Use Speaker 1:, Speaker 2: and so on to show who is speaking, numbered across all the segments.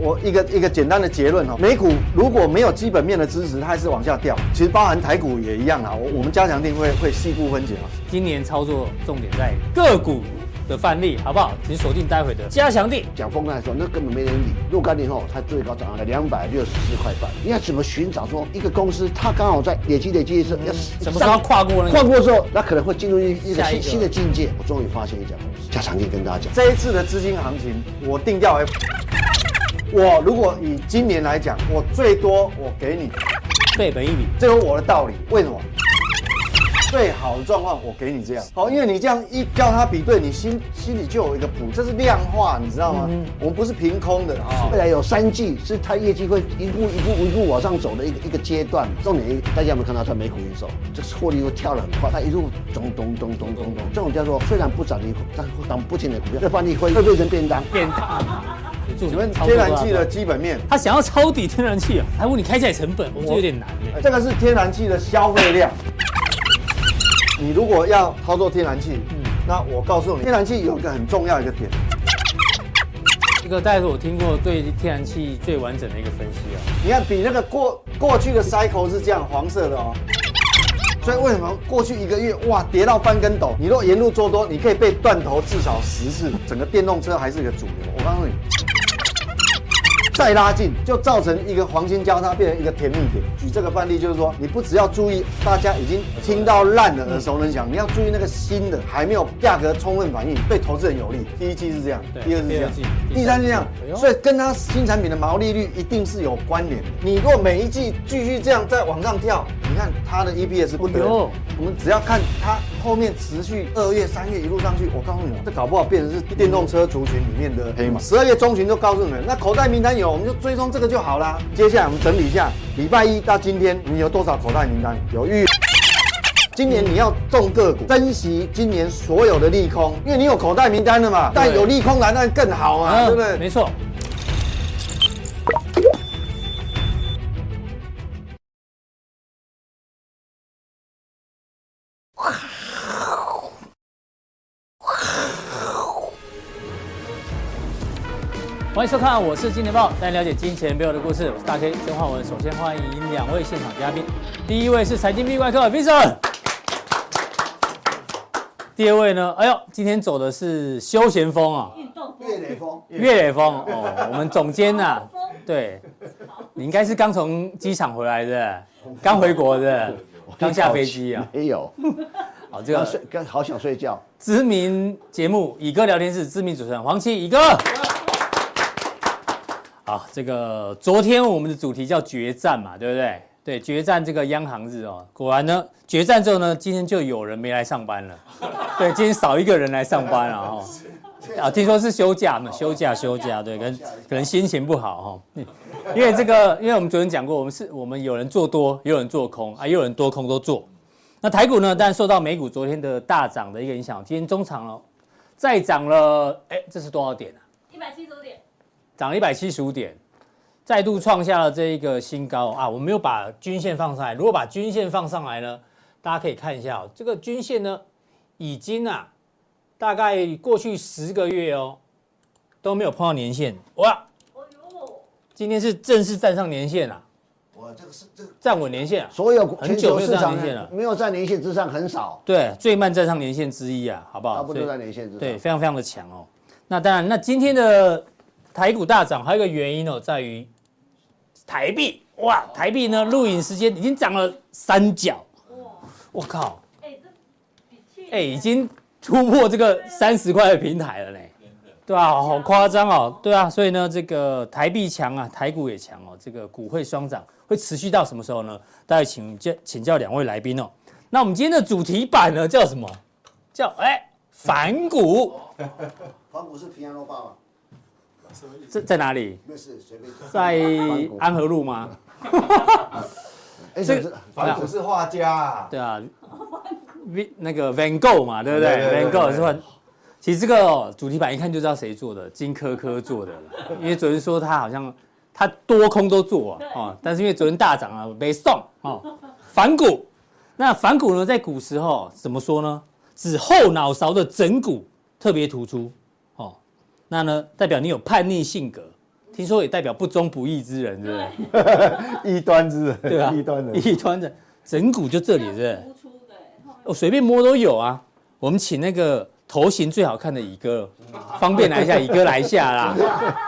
Speaker 1: 我一个一个简单的结论哈，美股如果没有基本面的支持，它还是往下掉。其实包含台股也一样啊。我我们加强定会会细部分解嘛。
Speaker 2: 今年操作重点在个股的范例，好不好？请锁定待会的加强地。
Speaker 3: 讲风来说，那根本没人理。若干年后，它最高涨到了两百六十四块半。你要怎么寻找说一个公司它刚好在累积累积的时候，要
Speaker 2: 什么时候要跨过那个
Speaker 3: 跨过之后，那可能会进入一一个
Speaker 2: 下一
Speaker 3: 新
Speaker 2: 个
Speaker 3: 新的境界。我终于发现一家公司，加长定跟大家讲，
Speaker 1: 这一次的资金行情，我定调为，我如果以今年来讲，我最多我给你，
Speaker 2: 倍本一比，
Speaker 1: 这有我的道理。为什么？最好的状况我给你这样，好，因为你这样一叫它比对，你心心里就有一个谱，这是量化，你知道吗？我们不是凭空的啊。
Speaker 3: 未来有三季是它业绩会一步一步一步往上走的一个一个阶段。重点大家有没有看到它每股营收，这个获利又跳得很快，它一路咚咚咚咚咚咚，这种叫做虽然不涨你，但会涨不停的股票，这范例会会变成便当。
Speaker 2: 变大。请
Speaker 1: 请 问天然
Speaker 2: 啊
Speaker 1: 气的基本面？
Speaker 2: 他想要抄底天然气啊，还问你开采成本，我觉得有点难哎。
Speaker 1: 这个是天然气的消费量。你如果要操作天然气，那我告诉你，天然气有一个很重要一个点，
Speaker 2: 这个大概是我听过对天然气最完整的一个分析啊。
Speaker 1: 你看比那个过过去的 cycle 是这样黄色的哦。所以为什么过去一个月哇跌到翻跟斗？你若沿路做多，你可以被断头至少十次，整个电动车还是一个主流。我告诉你，再拉近就造成一个黄金交叉，变成一个甜蜜点。举这个范例就是说，你不只要注意大家已经听到烂的耳熟能详，你要注意那个新的还没有价格充分反应，对投资人有利。第一季是这样
Speaker 2: 对，
Speaker 1: 第二是这样
Speaker 2: 第二季，
Speaker 1: 第三是这样
Speaker 2: 哎，呦
Speaker 1: 所以跟它新产品的毛利率一定是有关联的。你若每一季继续这样再往上跳，你看它的 EPS 不得
Speaker 2: 哎呦
Speaker 1: 了。我们只要看它后面持续二月、三月一路上去，我告诉你，哦这搞不好变成是电动车族群里面的黑马。十二月中旬就告诉你们，那口袋名单有，我们就追踪这个就好啦。接下来我们整理一下，礼拜一到今天你有多少口袋名单？有预。今年你要中个股，珍惜今年所有的利空，因为你有口袋名单了嘛。但有利空来，那更好嘛，对不对？
Speaker 2: 啊嗯没错。欢迎收看，我是金钱豹，带你了解金钱背后的故事。我是大 K 曾焕文。首先欢迎两位现场嘉宾，第一位是财经壁外客 Vincent，第二位呢，哎呦，今天走的是休闲风啊，
Speaker 3: 岳磊峰。
Speaker 2: 越野风哦，我们总监呐、对，你应该是刚从机场回来的，刚回国的，刚下飞机啊。
Speaker 3: 没有，
Speaker 2: 好，这
Speaker 3: 刚
Speaker 2: 个
Speaker 3: 睡，刚好想睡觉。
Speaker 2: 知名节目《以哥聊天室》知名主持人黄奇以哥。好，这个昨天我们的主题叫决战嘛，对不对？对，决战这个央行日哦，果然呢，决战之后呢，今天就有人没来上班了。对，今天少一个人来上班了哦。啊，听说是休假嘛，休假休假，对，可能可能心情不好哈、哦，因为这个，因为我们昨天讲过，我们是我们有人做多，也有人做空啊，也有人多空都做。那台股呢，但受到美股昨天的大涨的一个影响，今天中场了，再涨了，哎，这是多少点啊？
Speaker 4: 一百七十五点，
Speaker 2: 涨了一百七十五点，再度创下了这一个新高啊！我没有把均线放上来，如果把均线放上来呢，大家可以看一下、哦，这个均线呢已经啊，大概过去十个月哦都没有碰到年线，哇，
Speaker 4: 哦呦，
Speaker 2: 今天是正式站上年线啊，
Speaker 3: 我这个是这个
Speaker 2: 站稳年线啊，
Speaker 3: 所有
Speaker 2: 很
Speaker 3: 全
Speaker 2: 久
Speaker 3: 球
Speaker 2: 没有
Speaker 3: 市
Speaker 2: 站
Speaker 3: 场
Speaker 2: 年线了
Speaker 3: 没有在年线之上，很少，
Speaker 2: 对，最慢站上年线之一啊，好不
Speaker 3: 大
Speaker 2: 好？
Speaker 3: 部
Speaker 2: 所
Speaker 3: 分
Speaker 2: 以
Speaker 3: 都在年线之上。
Speaker 2: 对，，非常非常的强哦。那当然，那今天的台股大涨还有一个原因哦，在于台币哇，台币呢录影时间已经涨了三角，我靠，
Speaker 4: 哎，这比去年
Speaker 2: 哎、已经突破这个三十块的平台了呢，对啊，好好夸张哦，对啊，所以呢，这个台币强啊，台股也强哦，这个股会双涨，会持续到什么时候呢？待会请教请教两位来宾哦。那我们今天的主题版呢叫什么？叫哎、反骨，
Speaker 3: 仿古是平安路爸爸，
Speaker 2: 这在哪里？
Speaker 3: 没事随便。
Speaker 2: 在安和路吗？
Speaker 3: 哎，
Speaker 2: 这
Speaker 3: 这
Speaker 2: 个
Speaker 3: 个
Speaker 2: 反
Speaker 1: 我是画家、啊，
Speaker 2: 对啊，V 那个 Van Gogh 嘛，对不对
Speaker 1: 对对对
Speaker 2: ？Van
Speaker 1: 对
Speaker 2: Gogh
Speaker 1: 对
Speaker 2: 是吧？其实这个哦、主题版一看就知道谁做的，金科科做 的了。因为昨天说他好像他多空都做啊，哦，但是因为昨天大涨啊，没送哦，反股。那反股呢，在古时候怎么说呢？指后脑勺的枕骨特别突出哦，那呢代表你有叛逆性格，听说也代表不忠不义之人，对不对？
Speaker 1: 异端之人，
Speaker 2: 对吧？啊
Speaker 1: 异端人，
Speaker 2: 异端的整骨就这里，是不是？
Speaker 4: 突出的欸，后面
Speaker 2: 我随便摸都有啊。我们请那个头型最好看的乙哥，
Speaker 3: 嗯
Speaker 2: 方便来一下，乙哥来一下 啦。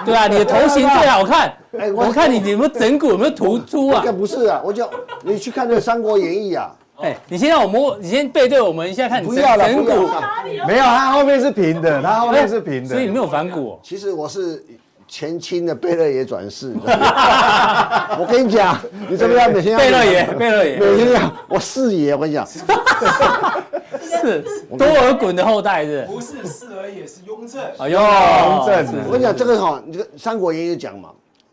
Speaker 2: 对啊，你的头型最好看，
Speaker 3: 哎
Speaker 2: 我看你有没有整骨，有没有突出啊
Speaker 3: 应该？不是啊，我就你去看那个《三国演义》啊，
Speaker 2: 哎，你先让我摸，你先背对我们一下，看你
Speaker 3: 不要
Speaker 2: 整
Speaker 3: 了，
Speaker 2: 整
Speaker 3: 不
Speaker 2: 骨
Speaker 3: 要。了。
Speaker 4: 哪里有？
Speaker 1: 没有，他后面是平的，他后面是平的，
Speaker 2: 所以你没有反骨哦。
Speaker 3: 其实我是前清的贝勒爷转世，你知道吗 我跟你讲，你这边要每天要
Speaker 2: 贝勒爷，贝勒爷
Speaker 3: 每天要我四爷，我跟你讲，
Speaker 2: 是多尔衮的后代是不
Speaker 5: 不是是而已，是雍正。
Speaker 2: 是？哎呦，
Speaker 1: 雍正
Speaker 2: 是
Speaker 3: 我跟你讲这个哈，你这个《三国演义》有讲嘛，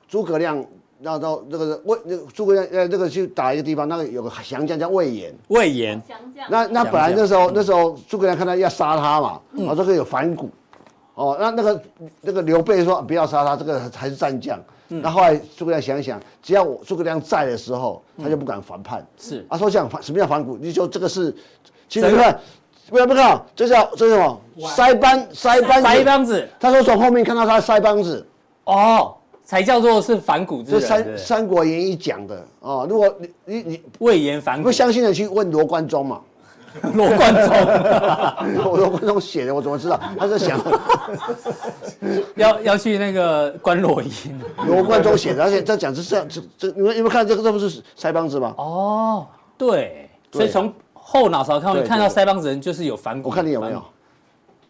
Speaker 3: 诸葛亮那到那个魏，那个诸葛亮呃那个去打一个地方，那个有个降将叫魏延，
Speaker 2: 魏延
Speaker 4: 想讲，
Speaker 3: 那那
Speaker 2: 降
Speaker 3: 本来
Speaker 2: 将
Speaker 3: 那时候那时候诸葛亮看到要杀他嘛，啊这个有反骨，哦那那个那个刘备说不要杀他，这个还是战将。那后来诸葛亮想一想，只要我诸葛亮在的时候，他就不敢反叛。
Speaker 2: 是
Speaker 3: 啊，说讲反什么叫反骨？你就这个是，其实
Speaker 2: 真
Speaker 3: 你看，不要不看，这叫这叫什么？腮帮腮帮
Speaker 2: 腮
Speaker 3: 子。
Speaker 2: 帮子
Speaker 3: 他说从后面看到他的腮帮子，
Speaker 2: 哦，才叫做是反骨之
Speaker 3: 这《
Speaker 2: 人。
Speaker 3: 三
Speaker 2: 对不对
Speaker 3: 三国演义》讲的哦。如果你你你
Speaker 2: 魏延反
Speaker 3: 你
Speaker 2: 骨
Speaker 3: 不，相信的，去问罗贯中嘛。
Speaker 2: 罗贯中
Speaker 3: 我罗贯中写的，我怎么知道？他是想
Speaker 2: 要要去那个关洛英
Speaker 3: 罗贯中写的，而且他讲是这样，这这你们你们看这个，这不是腮帮子吗？
Speaker 2: 哦，对，所以
Speaker 3: 对啊
Speaker 2: 从后脑勺看，
Speaker 3: 对对
Speaker 2: 看到腮帮子人就是有反骨。
Speaker 3: 我看你有没有
Speaker 2: 反骨？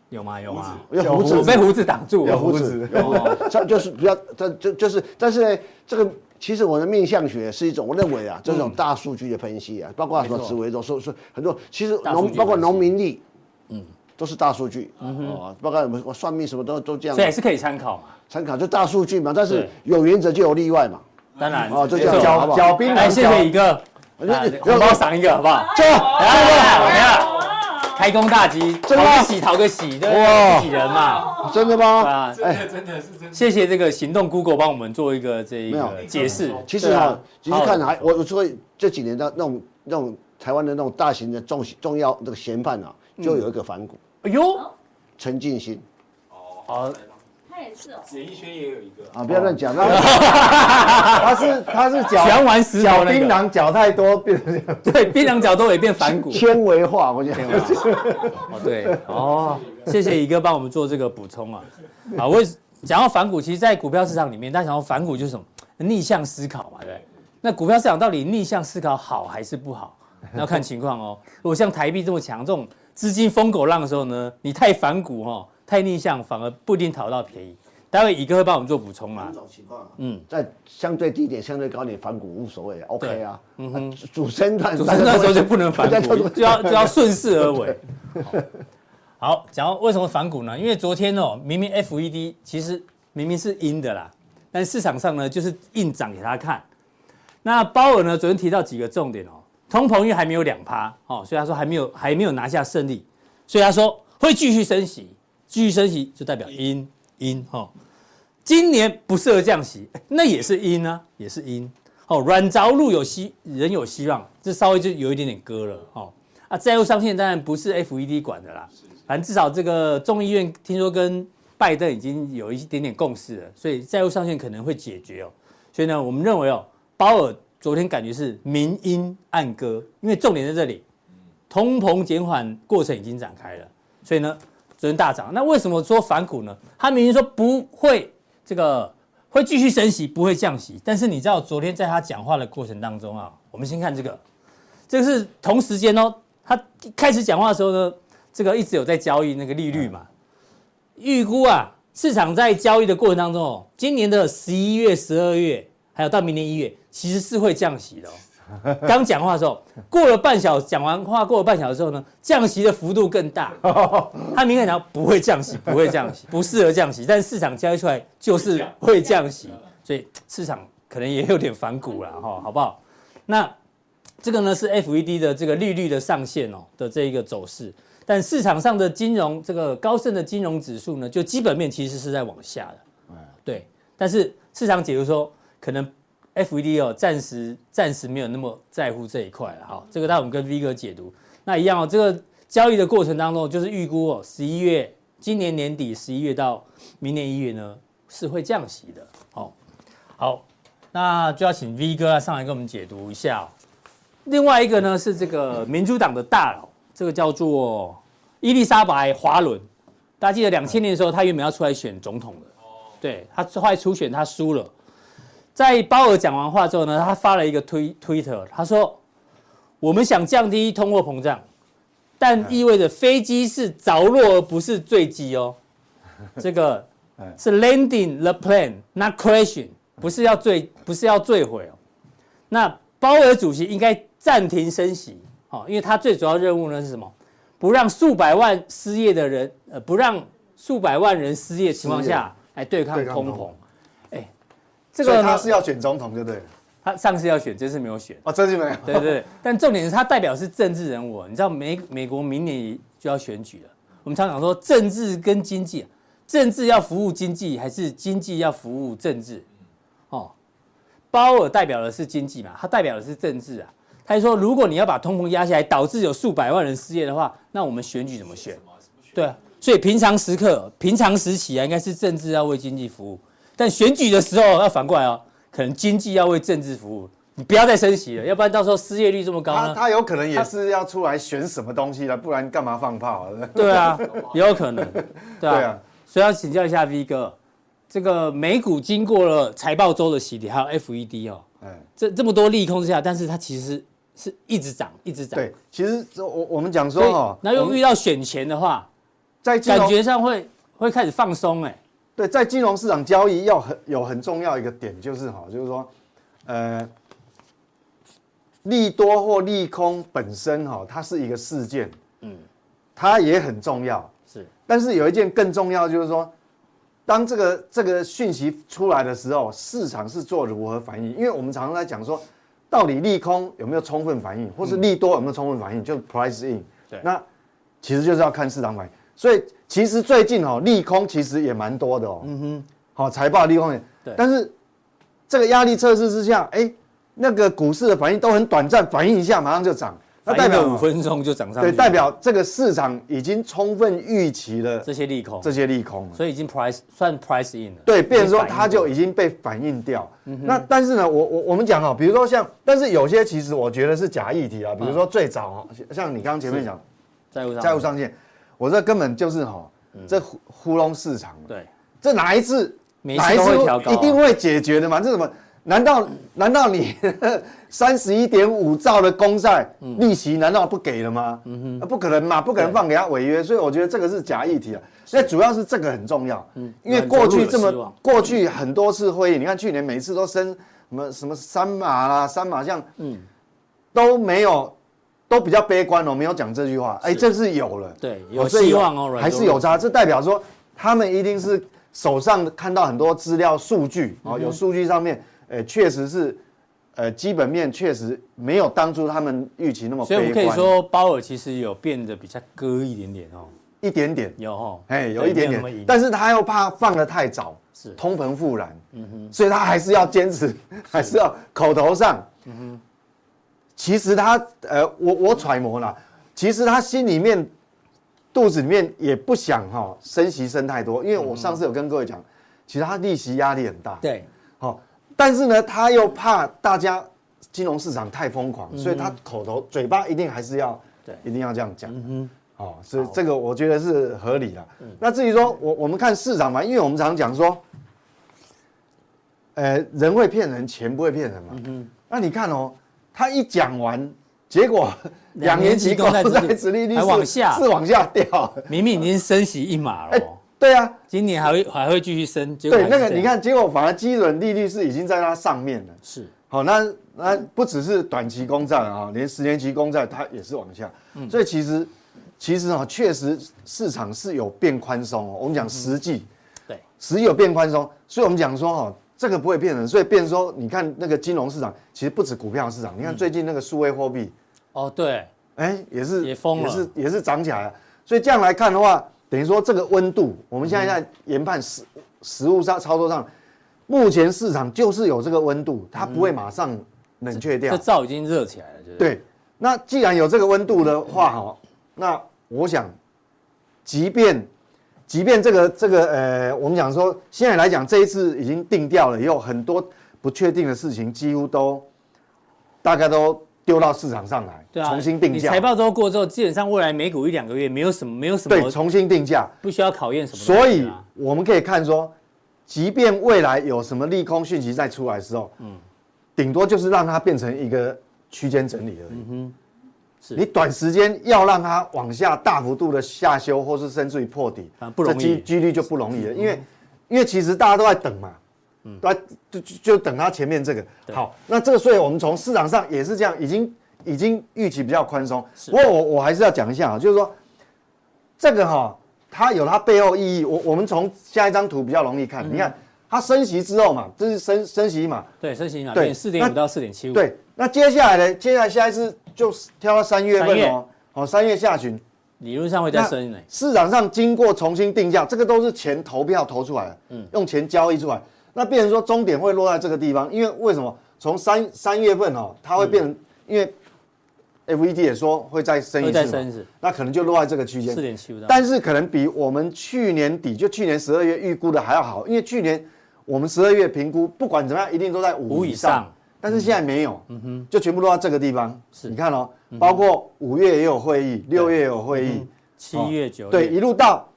Speaker 2: 有吗？有吗？
Speaker 3: 有胡
Speaker 2: 我
Speaker 3: 子，
Speaker 2: 被胡子挡住了，
Speaker 1: 有胡子，
Speaker 2: 哦
Speaker 3: 这就是比较，这就就是，但是呢，这个其实我的面相学是一种，我认为啊，这种大数据的分析啊，包括什么
Speaker 2: 嗯没错
Speaker 3: 紫微斗数，说很多，其实
Speaker 2: 大数据
Speaker 3: 农包括
Speaker 2: 分析嗯
Speaker 3: 农民力，都是大数据，哦，包括我们算命什么都都这样
Speaker 2: 所以还是可以参考嘛。
Speaker 3: 参考，就大数据嘛。但是
Speaker 2: 对
Speaker 3: 有原则就有例外嘛。
Speaker 2: 当然，
Speaker 3: 哦这
Speaker 2: 没
Speaker 3: 叫
Speaker 2: 错
Speaker 3: 好不
Speaker 1: 脚
Speaker 3: 好
Speaker 1: 脚槟
Speaker 2: 来，
Speaker 1: 榔，
Speaker 2: 哎谢
Speaker 1: 脚
Speaker 2: 谢一个，啊
Speaker 3: 你
Speaker 2: 红包赏一个好不好？
Speaker 3: 这
Speaker 2: 来来来，我们要
Speaker 4: 哇，
Speaker 2: 开工大吉，
Speaker 3: 真
Speaker 2: 讨
Speaker 3: 的吗
Speaker 2: 个喜，讨个喜，对不对，
Speaker 3: 哇
Speaker 2: 自己人嘛，
Speaker 3: 真的
Speaker 2: 对
Speaker 3: 吗？
Speaker 2: 吧？
Speaker 5: 真的真的是真的。
Speaker 2: 谢谢这个行动 Google 帮我们做一个这一
Speaker 3: 没
Speaker 2: 个
Speaker 3: 有
Speaker 2: 解释。
Speaker 3: 其实
Speaker 2: 对
Speaker 3: 啊，其实
Speaker 2: 好
Speaker 3: 看还我我说这几年的那种那种台湾的那种大型的重重要那个嫌犯啊，
Speaker 2: 嗯
Speaker 3: 就有一个反骨，
Speaker 2: 哎呦，
Speaker 3: 陈进兴
Speaker 2: 好，
Speaker 4: 他也是哦，
Speaker 2: 哎
Speaker 5: 演艺圈也有一个，
Speaker 3: 啊，
Speaker 2: 哦
Speaker 3: 不要乱讲，那
Speaker 1: 他是他是
Speaker 2: 喜欢
Speaker 1: 脚
Speaker 2: 玩石头
Speaker 1: 脚
Speaker 2: 那
Speaker 1: 槟
Speaker 2: 个，
Speaker 1: 榔脚太多变成这样，
Speaker 2: 对，槟榔角都也变反骨。
Speaker 3: 纤维化，我讲。
Speaker 2: 哦，对，哦，谢谢乙哥帮我们做这个补充啊。啊，为讲到反股，其实，在股票市场里面，大家想到反股就是什么逆向思考嘛，对不对。那股票市场到底逆向思考好还是不好，那要看情况哦。如果像台币这么强，这种资金疯狗浪的时候呢，你太反股哦，太逆向，反而不一定讨到便宜。待会乙哥会帮我们做补充啦
Speaker 3: 两。种情况，
Speaker 2: 嗯
Speaker 3: 嗯， 在相对低点、相对高点反股无所谓，OK 啊。
Speaker 2: 嗯
Speaker 3: 嗯
Speaker 2: 哼
Speaker 3: 哼，主升段，
Speaker 2: 主持人那时候就不能反
Speaker 3: 大家
Speaker 2: 骨，
Speaker 3: 都
Speaker 2: 就要就要顺势而为。好，好讲到为什么反骨呢？因为昨天哦，明明 FED 其实明明是阴的啦，但市场上呢就是硬涨给他看。那鲍尔呢，昨天提到几个重点哦，通膨率还没有两趴哦，所以他说还没有还没有拿下胜利，所以他说会继续升息，继续升息就代表阴阴哦。今年不适合降息，哎那也是阴啊，也是阴。哦，软着陆有希，人有希望，这稍微就有一点点割了哦。啊，债务上限当然不是 FED 管的啦，反正至少这个众议院听说跟拜登已经有一点点共识了，所以债务上限可能会解决哦。所以呢，我们认为哦，鲍尔昨天感觉是明音暗歌，因为重点在这里，通膨减缓过程已经展开了，所以呢，昨天大涨。那为什么说反股呢？他明明说不会这个会继续升息，不会降息。但是你知道，昨天在他讲话的过程当中啊，我们先看这个，这个是同时间哦，他一开始讲话的时候呢，这个一直有在交易那个利率嘛，预估啊，市场在交易的过程当中哦，今年的十一月、十二月，还有到明年一月，其实是会降息的、哦。刚讲话的时候，过了半小时，讲完话过了半小时之后呢，降息的幅度更大。他明显讲不会降息，不会降息，不适合降息，但市场交易出来就是会降息，所以市场可能也有点反骨了哈，好不好？那这个呢是 FED 的这个利率的上限哦的这一个走势，但市场上的金融这个高盛的金融指数呢，就基本面其实是在往下的，对，但是市场解读说可能 FED 哦，暂时暂时没有那么在乎这一块了哈。这个待会我们跟 V 哥解读。那一样哦，这个交易的过程当中，就是预估哦，十一月今年年底十一月到明年一月呢是会降息的。好、哦，好，那就要请 V 哥啊来上来跟我们解读一下哦、另外一个呢是这个民主党的大佬，这个叫做伊丽莎白·华伦。大家记得两千年的时候，他原本要出来选总统的，对他后来初选他输了。在鲍尔讲完话之后呢，他发了一个推推特，他说：“我们想降低通货膨胀，但意味着飞机是着落而不是坠机 哦。这个是 landing the plane, not crashing，不是要坠，不是要坠毁哦。那鲍尔主席应该暂停升息，哦，因为他最主要任务呢是什么？不让数百万失业的人，呃，不让数百万人失业的情况下来对抗
Speaker 1: 对抗
Speaker 2: 通
Speaker 1: 通
Speaker 2: 膨
Speaker 1: 膨。
Speaker 2: 哎，这
Speaker 1: 所
Speaker 2: 个
Speaker 1: 以
Speaker 2: 呢
Speaker 1: 他，是要选总统，对不对了？
Speaker 2: 他上次要选，这次没有选。
Speaker 1: 哦，这就没有。
Speaker 2: 对对 对，但重点是他代表是政治人物哦，你知道美美国明年就要选举了。我们常常说政治跟经济，啊政治要服务经济还是经济要服务政治？哦，鲍尔代表的是经济嘛，他代表的是政治啊。他就说，如果你要把通膨压下来，导致有数百万人失业的话，那我们选举怎么选？对啊，所以平常时刻、平常时期啊，应该是政治要为经济服务，但选举的时候要反过来哦，可能经济要为政治服务。你不要再升息了，要不然到时候失业率这么高
Speaker 1: 他
Speaker 2: 呢？
Speaker 1: 他有可能也是要出来选什么东西了，不然干嘛放炮啊？
Speaker 2: 对啊，也有可能，对
Speaker 1: 对
Speaker 2: 啊
Speaker 1: 啊。
Speaker 2: 所以要请教一下 V 哥，这个美股经过了财报周的洗礼，还有 FED 哦，
Speaker 1: 嗯，
Speaker 2: 这这么多利空之下，但是它其实是一直涨，一直涨。
Speaker 1: 对，哦其实这我我们讲说
Speaker 2: 所以
Speaker 1: 哈，
Speaker 2: 那
Speaker 1: 我
Speaker 2: 又
Speaker 1: 们
Speaker 2: 遇到选前的话，
Speaker 1: 在金
Speaker 2: 感
Speaker 1: 融
Speaker 2: 觉上会会开始放松哎、
Speaker 1: 对在金融市场交易要很有很重要一个点就是哈，就是说，呃，利多或利空本身哈，它是一个事件，
Speaker 2: 嗯
Speaker 1: 嗯，它也很重要，
Speaker 2: 是
Speaker 1: 但是有一件更重要，就是说，当这个这个讯息出来的时候，市场是做如何反应？因为我们常常在讲说，到底利空有没有充分反应，或是利多有没有充分反应，就是 price in。
Speaker 2: 嗯对
Speaker 1: 那其实就是要看市场反应。所以其实最近哦，利空其实也蛮多的哦。嗯哼。好，财报利空也。
Speaker 2: 对
Speaker 1: 但是这个压力测试之下，哎，那个股市的反应都很短暂，反应一下马上就涨，那
Speaker 2: 反应
Speaker 1: 代表
Speaker 2: 了
Speaker 1: 什么
Speaker 2: 五分钟就涨上去，
Speaker 1: 对，代表这个市场已经充分预期了
Speaker 2: 这些利空，
Speaker 1: 这些利空了。
Speaker 2: 所以已经 price 算 price in 了。
Speaker 1: 对，变成
Speaker 2: 已
Speaker 1: 说
Speaker 2: 经反应
Speaker 1: 它就
Speaker 2: 过嗯
Speaker 1: 已经被反映掉。那但是呢，我我我们讲哦，比如说像，但是有些其实我觉得是假议题
Speaker 2: 嗯
Speaker 1: 啊，比如说最早哦，像你刚刚前面讲
Speaker 2: 债务上
Speaker 1: 债务上限，我这根本就是哈，这糊糊弄市场嘛，
Speaker 2: 嗯对，
Speaker 1: 这哪一次
Speaker 2: 每一
Speaker 1: 哪
Speaker 2: 次都会调高啊，
Speaker 1: 一定会解决的嘛？这怎么？难道难道你 三十一点五兆的公债
Speaker 2: 嗯
Speaker 1: 利息难道不给了吗？啊不可能嘛，不可能放给他违约，所以我觉得这个是假议题啊。那主要是这个很重要，
Speaker 2: 嗯
Speaker 1: 因为过去这
Speaker 2: 软着陆有希望
Speaker 1: 么过去很多次会议，你看去年每次都升什么什么三马啦、三马像，
Speaker 2: 嗯
Speaker 1: 都没有，都比较悲观哦，没有讲这句话。哎，这是有了，
Speaker 2: 对
Speaker 1: 哦
Speaker 2: 有
Speaker 1: 这
Speaker 2: 希望哦，软
Speaker 1: 还
Speaker 2: 着
Speaker 1: 是
Speaker 2: 陆
Speaker 1: 有差。这代表说他们一定是手上看到很多资料数据
Speaker 2: 嗯
Speaker 1: 哦，有数据上面，呃，确实是，呃，基本面确实没有当初他们预期那么
Speaker 2: 所以我
Speaker 1: 悲
Speaker 2: 们可以
Speaker 1: 观，
Speaker 2: 说，鲍尔其实有变得比较割一点点哦，
Speaker 1: 一点点，
Speaker 2: 有哦，
Speaker 1: 哎，有
Speaker 2: 对
Speaker 1: 一点
Speaker 2: 没那么
Speaker 1: 点
Speaker 2: 硬，
Speaker 1: 但是他又怕放的太早，
Speaker 2: 是嗯
Speaker 1: 通膨复燃，所以他还是要坚持，还是要口头上，
Speaker 2: 嗯
Speaker 1: 其实他呃，我我揣摩啦，其实他心里面肚子里面也不想哈、升息升太多，因为我
Speaker 2: 嗯
Speaker 1: 上次有跟各位讲，其实他利息压力很大，
Speaker 2: 对，
Speaker 1: 好、但是呢，他又怕大家金融市场太疯狂，所以他口头嘴巴一定还是要，
Speaker 2: 嗯对
Speaker 1: 一定要这样讲。嗯哼，哦，所以这个我觉得是合理的。
Speaker 2: 嗯
Speaker 1: 那至于说我我们看市场嘛，因为我们常讲说，呃，人会骗人，钱不会骗人嘛。嗯那你看哦，他一讲完，结果两
Speaker 2: 两年
Speaker 1: 年
Speaker 2: 期
Speaker 1: 期
Speaker 2: 公
Speaker 1: 公
Speaker 2: 债
Speaker 1: 债
Speaker 2: 殖利
Speaker 1: 殖利率
Speaker 2: 还
Speaker 1: 是
Speaker 2: 往下
Speaker 1: 是往下掉。
Speaker 2: 明明已经升息一码了
Speaker 1: 哎
Speaker 2: 哦，，
Speaker 1: 对啊，
Speaker 2: 今年还会还会继续升，结果
Speaker 1: 对啊
Speaker 2: 还是
Speaker 1: 那个
Speaker 2: 这样
Speaker 1: 你看，结果反而基准利率是已经在它上面了。
Speaker 2: 是
Speaker 1: 好，那那不只是短期公债啊，连十年期公债它也是往下，所以其实其实啊，确实市场是有变宽松哦。我们讲实际，
Speaker 2: 对，
Speaker 1: 实际有变宽松，所以我们讲说哦，这个不会变人，所以变说，你看那个金融市场，其实不止股票市场，你看最近那个数位货币，
Speaker 2: 哦，对，
Speaker 1: 哎，也是
Speaker 2: 也疯了
Speaker 1: 也是也是涨起来了。所以这样来看的话，等于说这个温度，我们现在
Speaker 2: 嗯
Speaker 1: 在研判实实物上操作上，目前市场就是有这个温度，它不会马上冷却掉。
Speaker 2: 嗯这灶已经热起来了，对不对？
Speaker 1: 啊对，那既然有这个温度的话，
Speaker 2: 嗯
Speaker 1: 哈，那我想，即便即便这个这个呃，我们讲说现在来讲，这一次已经定掉了，也有很多不确定的事情几乎都大概都丢到市场上来，
Speaker 2: 对啊，
Speaker 1: 重新定
Speaker 2: 你
Speaker 1: 价
Speaker 2: 财。报周过之后，基本上未来美股一两个月没有什么没有什么
Speaker 1: 对，重新定价。
Speaker 2: 不需要考验什么东西啊、
Speaker 1: 所以我们可以看说，即便未来有什么利空讯息再出来的时候，嗯，顶多就是让它变成一个区间整理而已。
Speaker 2: 嗯是
Speaker 1: 你短时间要让它往下大幅度的下修，或是甚至于破底，
Speaker 2: 啊不容易嗯
Speaker 1: 这几几率就不容易了。因为，因为其实大家都在等嘛，对吧，就就就等它前面这个好。那这个，所以我们从市场上也是这样，已经已经预期比较宽松。不过我我还是要讲一下啊，就是说这个哈、它有它背后意义。我我们从下一张图比较容易
Speaker 2: 嗯
Speaker 1: 看，你看它升息之后嘛，这是升升息嘛，
Speaker 2: 对升息哪
Speaker 1: 对
Speaker 2: 边四点
Speaker 1: 那
Speaker 2: 五到四点七五，
Speaker 1: 对，那接下来呢？接下来下一次就是挑到三月份
Speaker 2: 三月
Speaker 1: 哦，好，三月下旬，
Speaker 2: 理论上会再升呢。
Speaker 1: 市场上经过重新定价，这个都是钱投票投出来的，嗯，用钱交易出来，那变成说终点会落在这个地方，因为为什么？从三三月份哦，它会变
Speaker 2: 嗯
Speaker 1: 成，因为 FED 也说会再升一
Speaker 2: 会
Speaker 1: 次
Speaker 2: 再
Speaker 1: 嘛，
Speaker 2: 升一次
Speaker 1: 那可能就落在这个区间，
Speaker 2: 四点七五到，
Speaker 1: 但是可能比我们去年底就去年十二月预估的还要好，因为去年我们十二月评估，不管怎么样，一定都在五
Speaker 2: 五
Speaker 1: 以
Speaker 2: 以
Speaker 1: 上，
Speaker 2: 上
Speaker 1: 但是现在没有，嗯哼，就全部都到这个地方。
Speaker 2: 是
Speaker 1: 你看哦，包括五月也有会议，六月也有会议，
Speaker 2: 七月九月
Speaker 1: 哦对，一路到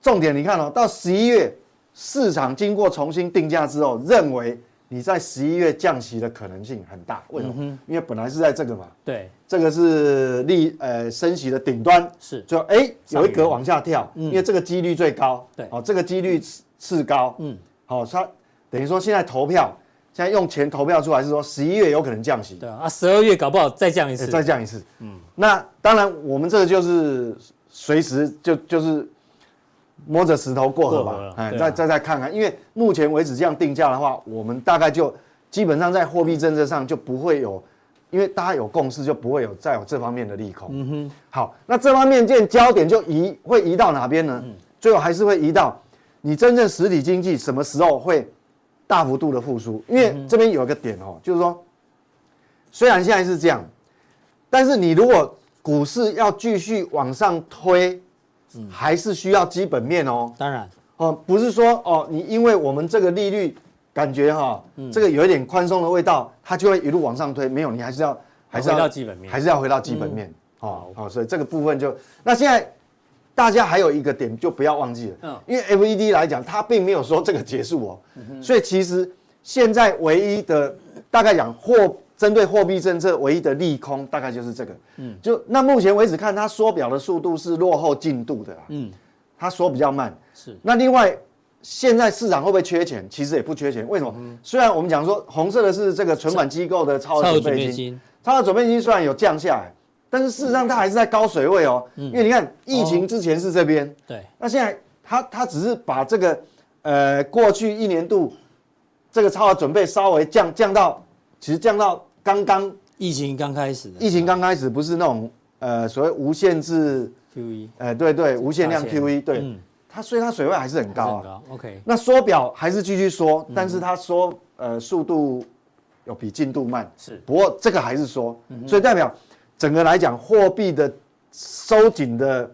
Speaker 1: 重点，你看哦，到十一月，市场经过重新定价之后，认为你在十一月降息的可能性很大，为什么？因为本来是在这个嘛，
Speaker 2: 对
Speaker 1: 这个是利呃升息的顶端，
Speaker 2: 是
Speaker 1: 就哎、
Speaker 2: 上
Speaker 1: 有一格
Speaker 2: 缘
Speaker 1: 往下跳，因为这个几率最高，
Speaker 2: 对
Speaker 1: 哦，这个几率次次高，嗯
Speaker 2: 嗯，
Speaker 1: 好、它等于说现在投票，现在用钱投票出来是说十一月有可能降息，
Speaker 2: 对啊啊，十二月搞不好再降一
Speaker 1: 哎
Speaker 2: 次，
Speaker 1: 再降一次，嗯，那当然我们这个就是随时就就是摸着石头过河
Speaker 2: 过河了
Speaker 1: 吧，哎，
Speaker 2: 对啊
Speaker 1: 再再再看看，因为目前为止这样定价的话，我们大概就基本上在货币政策上就不会有，因为大家有共识，就不会有再有这方面的利空。嗯哼，好，那这方面见焦点就移会移到哪边呢？
Speaker 2: 嗯
Speaker 1: 最后还是会移到你真正实体经济什么时候会大幅度的复苏？因
Speaker 2: 嗯
Speaker 1: 为这边有一个点哦，就是说，虽然现在是这样，但是你如果股市要继续往上推，还是需要基本面哦。
Speaker 2: 当然
Speaker 1: 哦，不是说哦，你因为我们这个利率感觉哈、
Speaker 2: 嗯
Speaker 1: 这个有一点宽松的味道，它就会一路往上推。没有，你还是要还是要
Speaker 2: 回到基本面嗯
Speaker 1: 还是要回到基本面。哦，好、所以这个部分就那现在大家还有一个点就不要忘记了，
Speaker 2: 嗯
Speaker 1: 因为 FED 来讲，它并没有说这个结束哦，所以其实现在唯一的大概讲货针对货币政策唯一的利空大概就是这个，嗯，就那目前为止看它缩表的速度是落后进度的啦，嗯，它缩比较慢，
Speaker 2: 是
Speaker 1: 那另外，现在市场会不会缺钱？其实也不缺钱，为什么？虽然我们讲说红色的是这个存款机构的超
Speaker 2: 超
Speaker 1: 额
Speaker 2: 额
Speaker 1: 准
Speaker 2: 准
Speaker 1: 备
Speaker 2: 备
Speaker 1: 金，
Speaker 2: 金
Speaker 1: 超额准备金虽然有降下来，但是事实上它还是在高水位哦。因为你看疫情之前是这边，
Speaker 2: 对
Speaker 1: 那现在它它只是把这个呃过去一年度这个超额准备稍微降降到，其实降到刚刚
Speaker 2: 疫情刚开始的
Speaker 1: 疫情刚开始不是那种呃所谓无限制，
Speaker 2: QE
Speaker 1: 呃对对无限量
Speaker 2: 大钱
Speaker 1: QE 对。
Speaker 2: 嗯
Speaker 1: 它所以它水位还是很高
Speaker 2: 还是很
Speaker 1: 啊，
Speaker 2: 高嗯 OK
Speaker 1: 那缩表还是继续缩，但是它缩呃速度有比进度慢，
Speaker 2: 是嗯
Speaker 1: 不过这个还是缩，所以代表整个来讲货币的收紧的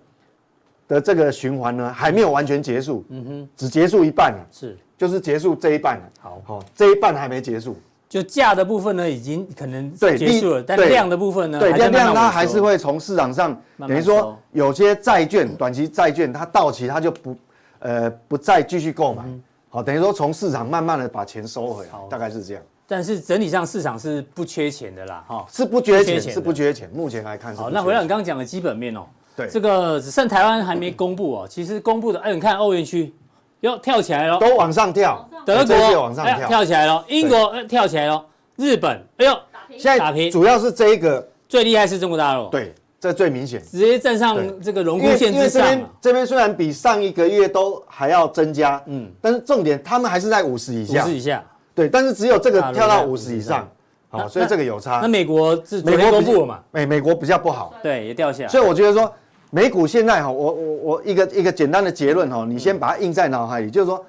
Speaker 1: 的这个循环呢还没有完全结束，嗯哼，只结束一半了，
Speaker 2: 是
Speaker 1: 就是结束这一半了，
Speaker 2: 好
Speaker 1: 好、这一半还没结束，
Speaker 2: 就价的部分呢已经可能
Speaker 1: 对
Speaker 2: 结束了，
Speaker 1: 利
Speaker 2: 但
Speaker 1: 对
Speaker 2: 量的部分呢
Speaker 1: 对，
Speaker 2: 还在
Speaker 1: 量
Speaker 2: 慢慢
Speaker 1: 量它
Speaker 2: 萎缩
Speaker 1: 还是会从市场上，
Speaker 2: 慢慢
Speaker 1: 等于说
Speaker 2: 收
Speaker 1: 有些债券、短期债券它到期它就不呃不再继续
Speaker 2: 嗯
Speaker 1: 购买，好，等于说从市场慢慢的把钱收回来，大概是这样，
Speaker 2: 但是整体上市场是不缺钱的啦，哈、
Speaker 1: 是不缺
Speaker 2: 不缺
Speaker 1: 钱，
Speaker 2: 钱的
Speaker 1: 是不缺钱，目前来看是不缺
Speaker 2: 好，
Speaker 1: 钱。
Speaker 2: 那回到你刚刚讲的基本面哦，
Speaker 1: 对
Speaker 2: 这个只剩台湾还没公布哦。其实公布的，哎，你看欧元区要跳起来了，
Speaker 1: 都往上跳，
Speaker 2: 德国
Speaker 1: 这些往上
Speaker 2: 哎呀
Speaker 1: 跳，
Speaker 2: 跳起来了，英国哎跳起来了，日本，哎呦，
Speaker 4: 打平，
Speaker 1: 现
Speaker 2: 打
Speaker 1: 在
Speaker 2: 平
Speaker 1: 主要是这一个，
Speaker 2: 最厉害是中国大陆，，
Speaker 1: 对，这最明显。
Speaker 2: 直接站
Speaker 1: 对
Speaker 2: 上这个荣
Speaker 1: 因
Speaker 2: 枯
Speaker 1: 为
Speaker 2: 线
Speaker 1: 因为
Speaker 2: 之
Speaker 1: 这
Speaker 2: 上
Speaker 1: 边
Speaker 2: 啊，
Speaker 1: 这边虽然比上一个月都还要增加，嗯
Speaker 2: 嗯，
Speaker 1: 但是重点他们还是在五十以
Speaker 2: 五
Speaker 1: 下
Speaker 2: 十，以下。
Speaker 1: 对，但是只有这个
Speaker 2: 大陆
Speaker 1: 跳到
Speaker 2: 在
Speaker 1: 五十以
Speaker 2: 50以上
Speaker 1: 上，好，
Speaker 2: 那
Speaker 1: 所以这个有差
Speaker 2: 那。美国是昨
Speaker 1: 美
Speaker 2: 天
Speaker 1: 国
Speaker 2: 公
Speaker 1: 比
Speaker 2: 布了嘛？？
Speaker 1: 啊美美国比较不好，
Speaker 2: 对，也掉下
Speaker 1: 所
Speaker 2: 来。
Speaker 1: 以我觉得说美股现在哈，我我我一个一个简单的结论哈，你先把它印在脑海里，就是说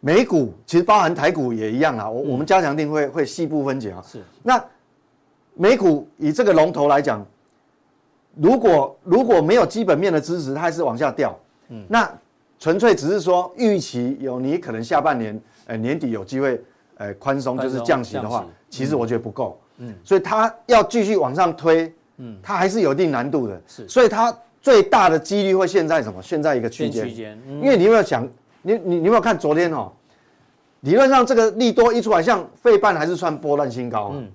Speaker 1: 美股其实包含台股也一样啦，我我们加强定会会细部分解啊。
Speaker 2: 是，
Speaker 1: 那美股以这个龙头来讲，如果如果没有基本面的支持，它还是往下掉。嗯，那纯粹只是说预期有你可能下半年呃年底有机会呃宽松，就是降息的
Speaker 2: 宽
Speaker 1: 话
Speaker 2: 松降息，
Speaker 1: 其实我觉得不够，嗯，所以它要继续往上推，嗯，它还是有一定难度的，
Speaker 2: 是
Speaker 1: 所以它最大的几率会现在什么？现在一个区
Speaker 2: 变
Speaker 1: 间，
Speaker 2: 区间，嗯
Speaker 1: 因为你有没有想，你你你有没有看昨天哦？理论上这个利多一出来，像费半还是创波段新高、啊，
Speaker 2: 嗯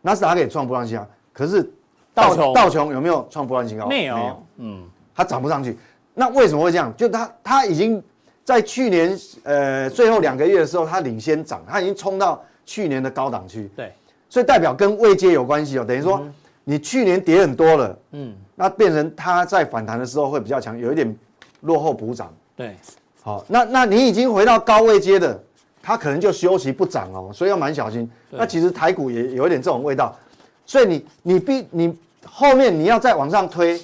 Speaker 1: 纳斯达克也创波段新高，可是
Speaker 2: 道琼
Speaker 1: 道琼有没有创波段新高？
Speaker 2: 没有，嗯，
Speaker 1: 它涨不上去。那为什么会这样？就它它已经在去年呃最后两个月的时候，它领先涨，它已经冲到去年的高档区，
Speaker 2: 对，
Speaker 1: 所以代表跟位阶有关系哦。等于说、你去年跌很多了，
Speaker 2: 嗯
Speaker 1: 那变成它在反弹的时候会比较强，有一点落后补涨。
Speaker 2: 对，
Speaker 1: 好，那那你已经回到高位阶的，它可能就休息不涨哦，所以要蛮小心。
Speaker 2: 对
Speaker 1: 那其实台股也有一点这种味道，所以你你必你后面你要再往上推，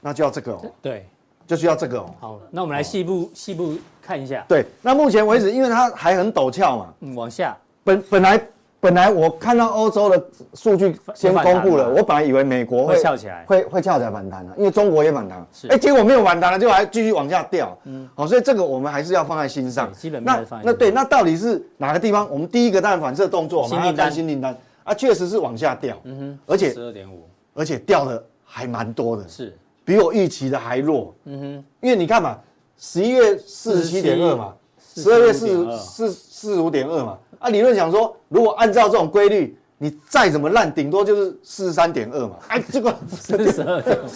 Speaker 1: 那就要这个哦，
Speaker 2: 对，
Speaker 1: 就需要这个哦。
Speaker 2: 好，那我们来细部细部看一下，
Speaker 1: 对，那目前为止，因为它还很陡峭嘛，
Speaker 2: 嗯，往下，
Speaker 1: 本本来本来我看到欧洲的数据先公布
Speaker 2: 反
Speaker 1: 了，
Speaker 2: 弹嘛
Speaker 1: 我本来以为美国
Speaker 2: 会翘起来
Speaker 1: 会会翘起来反弹了、啊因为中国也反弹了，
Speaker 2: 是
Speaker 1: 哎、结果没有反弹了，就还继续往下掉，嗯，好、所以这个我们还是要放在心上，
Speaker 2: 对基本面还
Speaker 1: 那
Speaker 2: 是放在心
Speaker 1: 那
Speaker 2: 上
Speaker 1: 对，那到底是哪个地方？我们第一个当然反射动作嘛，
Speaker 2: 新订
Speaker 1: 要看
Speaker 2: 单
Speaker 1: 新订单啊，确实是往下掉，嗯哼，而且
Speaker 2: 十二点五，
Speaker 1: 而且掉的还蛮多的，
Speaker 2: 是，
Speaker 1: 比我预期的还弱，
Speaker 2: 嗯哼，
Speaker 1: 因为你看嘛，十一月四十七点二嘛，十二月四四四十五点二嘛，啊，理论想说，如果按照这种规律，你再怎么烂，顶多就是四十三点二嘛，哎， 这个
Speaker 2: 四十 二点五，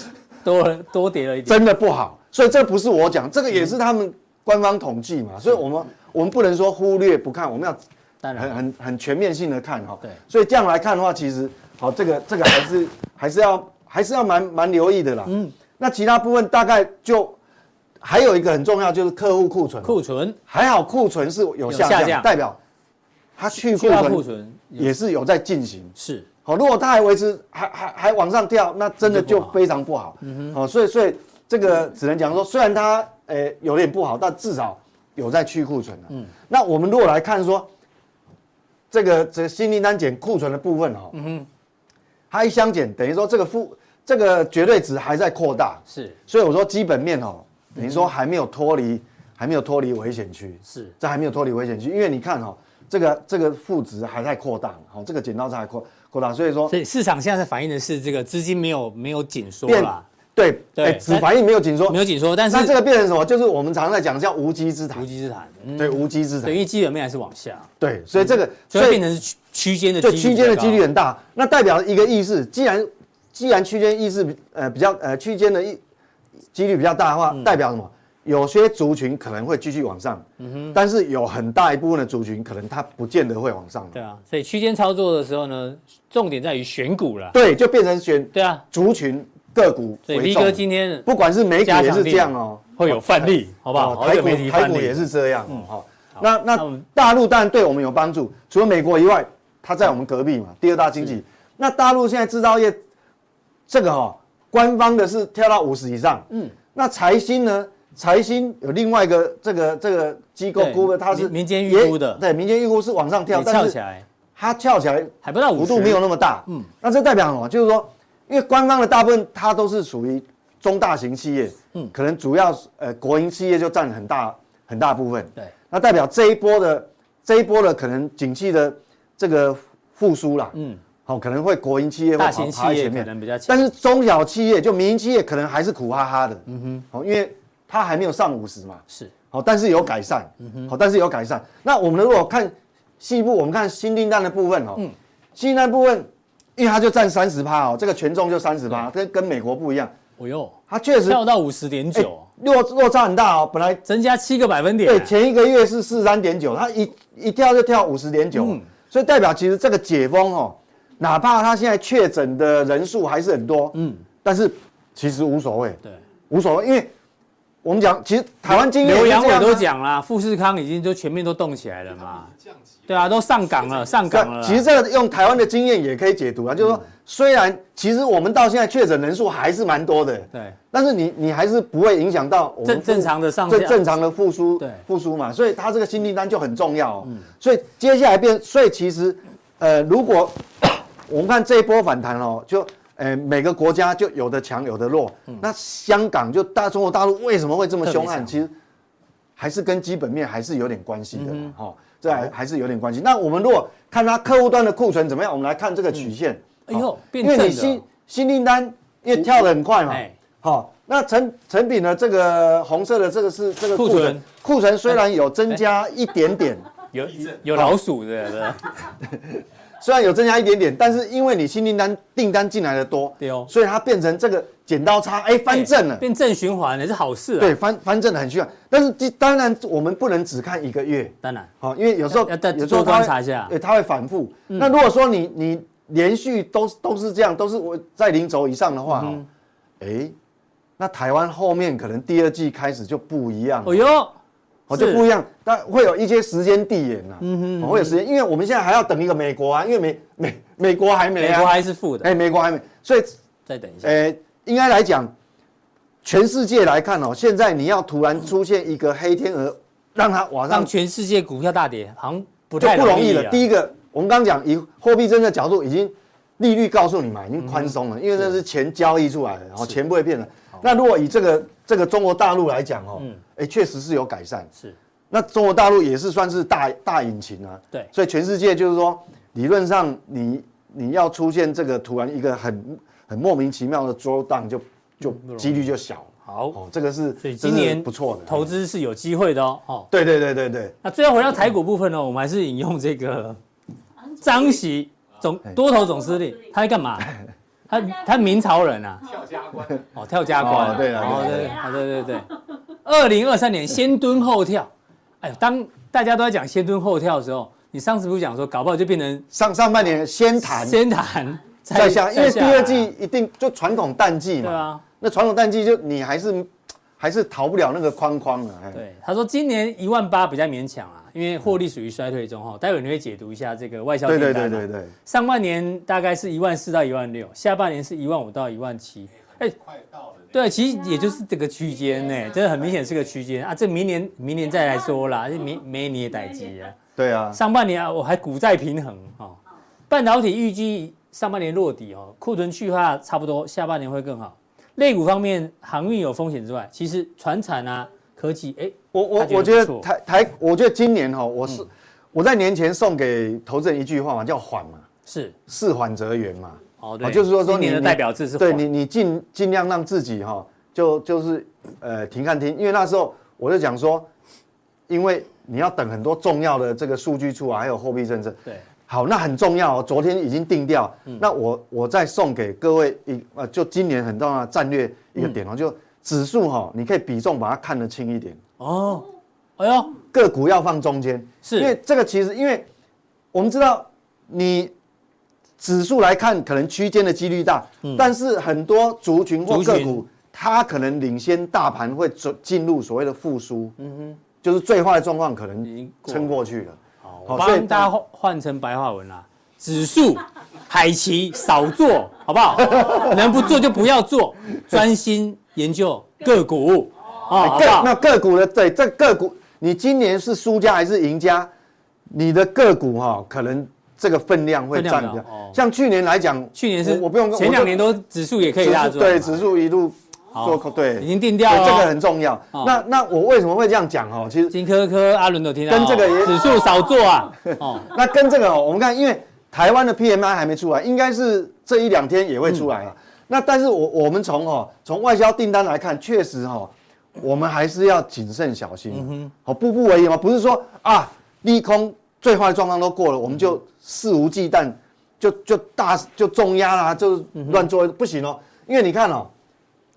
Speaker 2: 多了多跌了一点，
Speaker 1: 真的不好，所以这不是我讲，这个也是他们官方统计嘛，所以我们我们不能说忽略不看，我们要
Speaker 2: 当
Speaker 1: 很
Speaker 2: 然，
Speaker 1: 很很全面性的看哈。
Speaker 2: 对
Speaker 1: 所以这样来看的话，其实好，这个这个还是还是要还是要蛮蛮留意的啦。嗯，那其他部分大概就还有一个很重要，就是客户库存。
Speaker 2: 库存
Speaker 1: 还好库存是有下降，
Speaker 2: 有下降
Speaker 1: 代表它去库
Speaker 2: 去到
Speaker 1: 存
Speaker 2: 库存
Speaker 1: 也是有在进行。
Speaker 2: 是
Speaker 1: 好，如果它还维持还还还往上跳，那真的就非常不好。
Speaker 2: 嗯
Speaker 1: 好，所以所以这个只能讲说，虽然它呃有点不好，但至少有在去库存了。嗯，那我们如果来看说这个这个新订单减库存的部分哦，嗯哼，它一相减，等于说这个负这个绝对值还在扩大，
Speaker 2: 是
Speaker 1: 所以我说基本面哦，等于说还没有脱离还没有脱离危险区。
Speaker 2: 是，
Speaker 1: 这还没有脱离危险区，因为你看哈、哦，这个这个负值还在扩大，好、这个剪刀差还扩扩大，所以说
Speaker 2: 所以市场现在反映的是这个资金没有没有紧缩
Speaker 1: 变
Speaker 2: 啦，
Speaker 1: 对
Speaker 2: 对
Speaker 1: 哎只反应没有紧缩
Speaker 2: 没，有紧缩，但是
Speaker 1: 那这个变成什么？就是我们常在讲叫无稽之
Speaker 2: 无
Speaker 1: 谈，
Speaker 2: 稽之谈，嗯
Speaker 1: 对无稽之
Speaker 2: 对，
Speaker 1: 谈
Speaker 2: 因，为基本面还是往下，
Speaker 1: 对，所以这个
Speaker 2: 所以
Speaker 1: 所
Speaker 2: 变
Speaker 1: 以
Speaker 2: 成是区区间的
Speaker 1: 对
Speaker 2: 几率
Speaker 1: 区间的
Speaker 2: 比较
Speaker 1: 几
Speaker 2: 高
Speaker 1: 率很大，那代表一个意识，既然既然区间意识比呃比较呃区间的意几率比较大的
Speaker 2: 嗯
Speaker 1: 话，代表什么？有些族群可能会继续往上，
Speaker 2: 嗯
Speaker 1: 但是有很大一部分的族群可能它不见得会往上
Speaker 2: 对啊，所以区间操作的时候呢，重点在于选股啦。
Speaker 1: 对，就变成选
Speaker 2: 对啊，
Speaker 1: 族群个股
Speaker 2: 所以 V
Speaker 1: 为
Speaker 2: 哥
Speaker 1: 重，
Speaker 2: 今天
Speaker 1: 不管是美股也是这样哦，
Speaker 2: 会有范例，好不好？
Speaker 1: 哦
Speaker 2: 好
Speaker 1: 台
Speaker 2: 久没提
Speaker 1: 股台
Speaker 2: 范
Speaker 1: 股
Speaker 2: 例
Speaker 1: 也是这样哦。好那
Speaker 2: 嗯那我
Speaker 1: 那
Speaker 2: 们
Speaker 1: 大陆当然对我们有帮助，除了美国以外，它在我们隔壁嘛，第二大经济。那大陆现在制造业这个哈，官方的是跳到五十以上，嗯，那财新呢？财新有另外一个这个这个机构
Speaker 2: 对
Speaker 1: 估的，它是
Speaker 2: 民民间预
Speaker 1: 也
Speaker 2: 估的
Speaker 1: 对，民间预估是往上跳，
Speaker 2: 也翘
Speaker 1: 但
Speaker 2: 起
Speaker 1: 是
Speaker 2: 来，
Speaker 1: 它翘起来
Speaker 2: 还不到五
Speaker 1: 幅
Speaker 2: 十，
Speaker 1: 度没有那么大。嗯，那这代表什么？就是说，因为官方的大部分它都是属于中大型企业，嗯，可能主要呃国营企业就占很大很大部分。
Speaker 2: 对，
Speaker 1: 那代表这一波的这一波的可能景气的这个复苏啦，嗯，好、可能会国营企业会
Speaker 2: 大
Speaker 1: 跑
Speaker 2: 型企
Speaker 1: 爬在
Speaker 2: 业
Speaker 1: 前
Speaker 2: 可
Speaker 1: 面，
Speaker 2: 能比较强，
Speaker 1: 但是中小企业就民营企业可能还是苦哈哈的，嗯哼，好、因为它还没有上五十嘛，
Speaker 2: 是
Speaker 1: 好，但是有改善，好，但是有改善。那我们如果看细部，我们看新订单的部分哦，新订单部分，因为它就占三十趴哦，这个权重就三十趴，跟跟美国不一样，
Speaker 2: 哦哟，
Speaker 1: 它确实
Speaker 2: 跳到五十点
Speaker 1: 哎
Speaker 2: 九，
Speaker 1: 落落差很大哦，本来
Speaker 2: 增加七个百分点啊
Speaker 1: 对，前一个月是四三点九，它一一跳就跳五十点九，
Speaker 2: 嗯
Speaker 1: 所以代表其实这个解封哦，哪怕它现在确诊的人数还是很多，嗯，但是其实无所谓，
Speaker 2: 对。
Speaker 1: 无所谓，因为我们讲，其实台湾经验也
Speaker 2: 刘
Speaker 1: 是
Speaker 2: 阳
Speaker 1: 这
Speaker 2: 伟
Speaker 1: 样啊
Speaker 2: 都讲啦，富士康已经就全面都动起来了嘛，
Speaker 5: 降息
Speaker 2: 对啊，都上岗了，上
Speaker 1: 对
Speaker 2: 岗了啦。嗯
Speaker 1: 其实这个用台湾的经验也可以解读啊，就是说，虽然其实我们到现在确诊人数还是蛮多的，
Speaker 2: 对
Speaker 1: 但是你你还是不会影响到我们
Speaker 2: 正
Speaker 1: 复
Speaker 2: 正常的上下
Speaker 1: 正正常的复苏
Speaker 2: 对嗯
Speaker 1: 复苏嘛，所以它这个新订单就很重要、哦。所以接下来变，所以其实呃，如果 我们看这一波反弹哦，就呃每个国家就有的强有的弱，那香港就大中国大陆为什么会这么凶
Speaker 2: 嗯特别
Speaker 1: 悍？
Speaker 2: 强嗯
Speaker 1: 其实还是跟基本面还是有点关系的啦哈、这还还是有点关系。那我们如果看它客户端的库存怎么样，我们来看这个曲线。
Speaker 2: 哎呦
Speaker 1: 好
Speaker 2: 变
Speaker 1: 哦因为
Speaker 2: 正
Speaker 1: 你
Speaker 2: 的
Speaker 1: 新新订单也跳得很快嘛
Speaker 2: 哎。
Speaker 1: 好，那成成品的这个红色的这个是这个
Speaker 2: 库
Speaker 1: 库
Speaker 2: 存哎
Speaker 1: 存，库存虽然有增加一点点，
Speaker 2: 有
Speaker 5: 地震
Speaker 2: 有老鼠的，对不对
Speaker 1: 虽然有增加一点点，但是因为你新订单订单进来的多，
Speaker 2: 对哦
Speaker 1: 所以它变成这个剪刀差，哎， 翻正了。
Speaker 2: 变正循环了，是好事啊。
Speaker 1: 对，，翻翻正的很需要，但是这当然我们不能只看一个月，
Speaker 2: 当然
Speaker 1: 好，因为有时候
Speaker 2: 要要
Speaker 1: 有时候
Speaker 2: 多观
Speaker 1: 它会
Speaker 2: 察一下嗯
Speaker 1: 对，它会反复。那如果说你你连续都是都是这样，都是我在零轴以上的
Speaker 2: 嗯
Speaker 1: 话，哦，哎，那台湾后面可能第二季开始就不一样了
Speaker 2: 哦，哟，
Speaker 1: 哦
Speaker 2: 是
Speaker 1: 就不一样，但会有一些时间地点呐，嗯哼，会有时间，因为我们现在还要等一个美国啊，因为美美美国还没
Speaker 2: 美
Speaker 1: 啊，
Speaker 2: 国还是负的，
Speaker 1: 哎，美国还没，所以
Speaker 2: 再等一下，
Speaker 1: 呃，应该来讲，全世界来看哦，现在你要突然出现一个黑天鹅，让它往上
Speaker 2: 让全世界股票大跌，好像不
Speaker 1: 就
Speaker 2: 太啊
Speaker 1: 不容易了。第
Speaker 2: 一，
Speaker 1: 一个，我们刚刚讲以货币政策角度，已经利率告诉你嘛，已经宽松了，因为那嗯是钱交易出来的，然后钱不会变的。那如果以这个这个中国大陆来讲哦，哎，确实是有改善。
Speaker 2: 是
Speaker 1: 那中国大陆也是算是大大引擎啊。
Speaker 2: 对
Speaker 1: 所以全世界就是说，理论上你你要出现这个突然一个很很莫名其妙的 draw down，就就几率就小了。
Speaker 2: 好，
Speaker 1: 哦，这个是，
Speaker 2: 嗯所以
Speaker 1: 这是
Speaker 2: 今年
Speaker 1: 不错的
Speaker 2: 投。资是有机会的哦。哦，
Speaker 1: 对对对对对，
Speaker 2: 那最后回到台股部分呢，我们还是引用这
Speaker 1: 哎
Speaker 2: 个张喜总多头总司令，他在干嘛？
Speaker 1: 哎
Speaker 2: 他他明朝人啊，
Speaker 5: 跳加关，
Speaker 2: 哦，跳加关，
Speaker 1: 哦对啦
Speaker 2: 哦
Speaker 1: 对
Speaker 2: 对
Speaker 4: 啦
Speaker 2: 啊对对对，二零二三年先蹲后跳，哎呦，当大家都在讲先蹲后跳的时候，你上次不是讲说，搞不好就变成
Speaker 1: 上上半年先谈
Speaker 2: 先谈
Speaker 1: 再下，因为第二季
Speaker 2: 来
Speaker 1: 一定就传统淡季
Speaker 2: 对
Speaker 1: 嘛。
Speaker 2: 啊，
Speaker 1: 那传统淡季就你还是还是逃不了那个框框的。哎，
Speaker 2: 对，他说今年一万八比较勉强啊，因为获利属于衰退中哈，待会你会解读一下这个外销啊
Speaker 1: 对
Speaker 2: 订单
Speaker 1: 对
Speaker 2: 嘛
Speaker 1: 对对对，
Speaker 2: 上半年大概是一万四到一万六，下半年是一万五到一万七。哎，
Speaker 5: 快到了呢。
Speaker 2: 对，啊其实也就是这个区间呢，真的很明显是个区间啊。这明年明年再来说 啦，这没没你也逮急啊。
Speaker 1: 对啊，
Speaker 2: 上半年啊，我还股债平衡哦。半导体预计上半年落底哦，库存去化差不多，下半年会更好。类股方面，航运有风险之外，其实船产啊、科技，哎，
Speaker 1: 我
Speaker 2: 他
Speaker 1: 我我
Speaker 2: 觉得
Speaker 1: 觉
Speaker 2: 不错嗯
Speaker 1: 得台台，我觉得今年哈，我是我在年前送给投资人一句话嘛，叫缓嘛，
Speaker 2: 是
Speaker 1: 事缓则圆嘛。
Speaker 2: 哦，
Speaker 1: 哦
Speaker 2: 对，
Speaker 1: 就是说说
Speaker 2: 今
Speaker 1: 你
Speaker 2: 年的
Speaker 1: 你
Speaker 2: 代表字是
Speaker 1: 对
Speaker 2: 缓
Speaker 1: 你，你尽尽量让自己哈、就就是呃停看停，因为那时候我就讲说，因为你要等很多重要的这个数据出来，还有货币政策。
Speaker 2: 对，
Speaker 1: 好，那很重要哦，昨天已经定掉。
Speaker 2: 嗯
Speaker 1: 那我我再送给各位一呃，就今年很重要的战略一个
Speaker 2: 嗯
Speaker 1: 点哦，就指数哈、你可以比重把它看得轻一点，
Speaker 2: 哦，哎呦，
Speaker 1: 个股要放中间，
Speaker 2: 是
Speaker 1: 因为这个其实因为我们知道你指数来看，可能区间的几率大，
Speaker 2: 嗯
Speaker 1: 但是很多族群或
Speaker 2: 族
Speaker 1: 个
Speaker 2: 群
Speaker 1: 股，它可能领先大盘会走进入所谓的复苏，嗯哼，就是最坏的状况可
Speaker 2: 已经
Speaker 1: 能
Speaker 2: 过了
Speaker 1: 撑过去了。
Speaker 2: 好，
Speaker 1: 好
Speaker 2: 我
Speaker 1: 所以
Speaker 2: 帮大家换换成白话文啦。指数、海奇少做，好不好？能不做就不 要做，专心研究个股啊，好不
Speaker 1: 哦个
Speaker 2: 好？
Speaker 1: 那个股的对这个股，你今年是输家还是赢家？你的个股哈、可能这个分量会
Speaker 2: 分量
Speaker 1: 占
Speaker 2: 比
Speaker 1: 比
Speaker 2: 较
Speaker 1: 较
Speaker 2: 哦，
Speaker 1: 像去年来讲，
Speaker 2: 去年是
Speaker 1: 我我不用
Speaker 2: 前
Speaker 1: 我就
Speaker 2: 两年都指数也可以大
Speaker 1: 指数
Speaker 2: 做，
Speaker 1: 对指数一路
Speaker 2: 好
Speaker 1: 做空对，
Speaker 2: 已经定掉了
Speaker 1: 对
Speaker 2: 哦。
Speaker 1: 这个很重要。那那我为什么会这样讲哦？其实
Speaker 2: 金科科、阿伦都听到哦，
Speaker 1: 跟这个也
Speaker 2: 指数少 做啊，哦，
Speaker 1: 那跟这个哦，我们看，因为台湾的 PMI 还没出来，应该是这一两天也会出来啊。
Speaker 2: 嗯
Speaker 1: 那但是我我们从哦从外销订单来看，确实哦，我们还是要谨慎小心，
Speaker 2: 嗯
Speaker 1: 好、步步为营哦，不是说啊利空最坏的状况都过了，我们
Speaker 2: 嗯
Speaker 1: 就肆无忌惮，就就大就重压啦，就
Speaker 2: 嗯
Speaker 1: 乱做、不行哦，因为你看哦，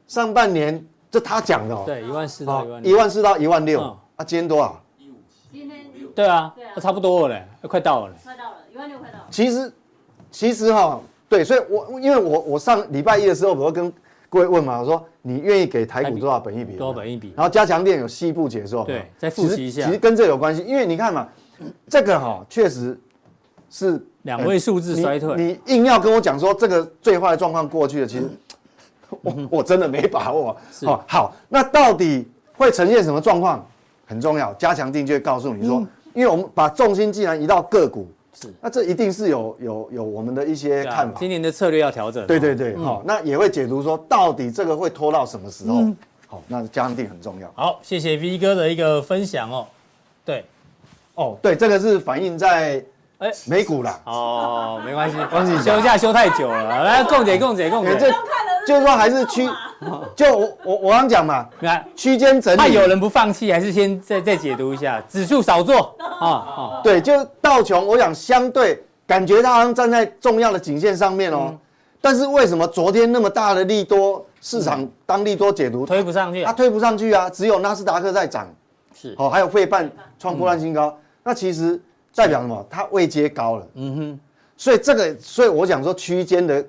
Speaker 1: 上半年这他讲的哦，
Speaker 2: 对，一万四到一
Speaker 1: 哦
Speaker 2: 万
Speaker 1: 一
Speaker 2: 六，
Speaker 1: 万四到一万六、
Speaker 2: 嗯
Speaker 1: 啊，今天多少？
Speaker 5: 一五七
Speaker 4: 今天
Speaker 5: 六，
Speaker 2: 对啊
Speaker 4: 对啊，
Speaker 2: 差不多了嘞，快到了嘞，
Speaker 4: 快到了，一万六快到了。
Speaker 1: 其实，其实哈、对，所以我因为我我上礼拜一的时候，我就跟各位问嘛，我说你愿意给台股多少本益比？
Speaker 2: 多少本益比
Speaker 1: 然后加强店有西部解说嘛，
Speaker 2: 对再复习一下
Speaker 1: 啊其实其实跟这有关系，因为你看嘛，这个哈、确实是
Speaker 2: 两位数字
Speaker 1: 你
Speaker 2: 衰退，
Speaker 1: 你硬要跟我讲说这个最坏的状况过去了，其 实我我真的没把握。
Speaker 2: 是
Speaker 1: 哦，好，那到底会呈现什么状况很重要，加强定就会告诉你说，因为我们把重心既然移到个股，
Speaker 2: 嗯是
Speaker 1: 那这一定是有有有我们的一些
Speaker 2: 对啊
Speaker 1: 看法。
Speaker 2: 今年的策略要调整，啊嗯
Speaker 1: 对对对，好、那也会解读说到底这个会拖到什么时候。
Speaker 2: 嗯
Speaker 1: 好，那加强定很重要。
Speaker 2: 好，谢谢 V 哥的一个分享哦。对，
Speaker 1: 哦，对，这个是反映在
Speaker 2: 哎
Speaker 1: 美股啦。
Speaker 2: 哦，没 关系，
Speaker 1: 恭喜你
Speaker 2: 休假休太久了，来，共姐共姐共
Speaker 1: 哎
Speaker 2: 姐，
Speaker 1: 这
Speaker 4: 看了
Speaker 1: 就是说还是 区，就我我我刚讲嘛，
Speaker 2: 你看，
Speaker 1: 区间整
Speaker 2: 怕
Speaker 1: 理
Speaker 2: 有人不放弃，还是先再再解读一下，指数少做啊啊，
Speaker 1: 对，就道琼，我想相对感觉它好像站在重要的颈线上面
Speaker 2: 嗯
Speaker 1: 哦。但是为什么昨天那么大的利多市场当利多解读，
Speaker 2: 嗯推不上去
Speaker 1: 它，推不上去啊？只有纳斯达克在涨，
Speaker 2: 是，
Speaker 1: 哦，还有费半创波段新高，那其实代表什么？它位阶高了，
Speaker 2: 嗯哼，
Speaker 1: 所以这个，所以我想说区间的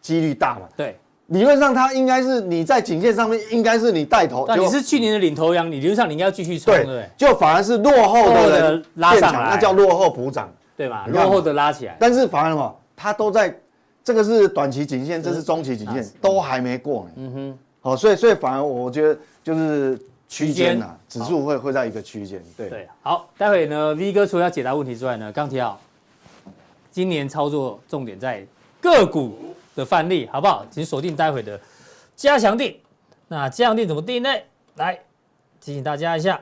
Speaker 1: 几率大嘛。
Speaker 2: 对，
Speaker 1: 理论上它应该是你在颈线上面，应该是你带头，
Speaker 2: 但
Speaker 1: 哦结
Speaker 2: 啊你
Speaker 1: 果
Speaker 2: 是去年的领头羊，理论上你应该要继续冲，对不对
Speaker 1: 对，就反而是落后
Speaker 2: 落
Speaker 1: 的
Speaker 2: 后的
Speaker 1: 人
Speaker 2: 拉
Speaker 1: 变
Speaker 2: 上
Speaker 1: 强
Speaker 2: 来
Speaker 1: 那叫落后补涨。
Speaker 2: 对吧？
Speaker 1: 你看嘛
Speaker 2: 落后的拉起来，
Speaker 1: 但是反而什么，它都在这个是短期颈线，这是中期颈线，都还没过呢。
Speaker 2: 啊嗯哼，
Speaker 1: 好、所以所以反而我觉得就是区间呐、指
Speaker 2: 区间
Speaker 1: 数会会在一个区间。对，
Speaker 2: 对，好，待会呢，V 哥除了要解答问题之外呢，刚提到今年操作重点在个股的范例，好不好？请锁定待会的加强定。那加强定怎么定呢？来提醒大家一下，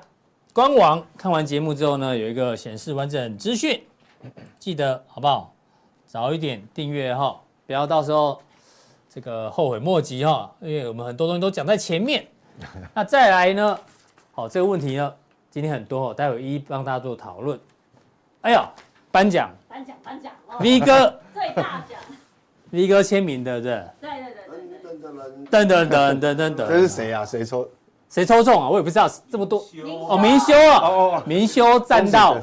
Speaker 2: 官网看完节目之后呢，有一个显示完整资讯，记得好不好？早一点订阅哈，不要到时候这个后悔莫及哈，因为我们很多东西都讲在前面。那再来呢？好，这个问题呢，今天很多哦，待会一一帮大家做讨论。哎呀，颁 奖
Speaker 4: 颁奖颁奖哦，
Speaker 2: ，V 哥
Speaker 4: 最大奖，
Speaker 2: ，V 哥签名的，对
Speaker 4: 对对对对对，
Speaker 2: 不对？噔噔噔噔噔噔，
Speaker 1: 这是？谁啊？谁抽？
Speaker 2: 谁抽中啊？我也不知道，这么多哦，
Speaker 4: 没
Speaker 2: 明修啊，
Speaker 1: 哦
Speaker 2: 明修栈道，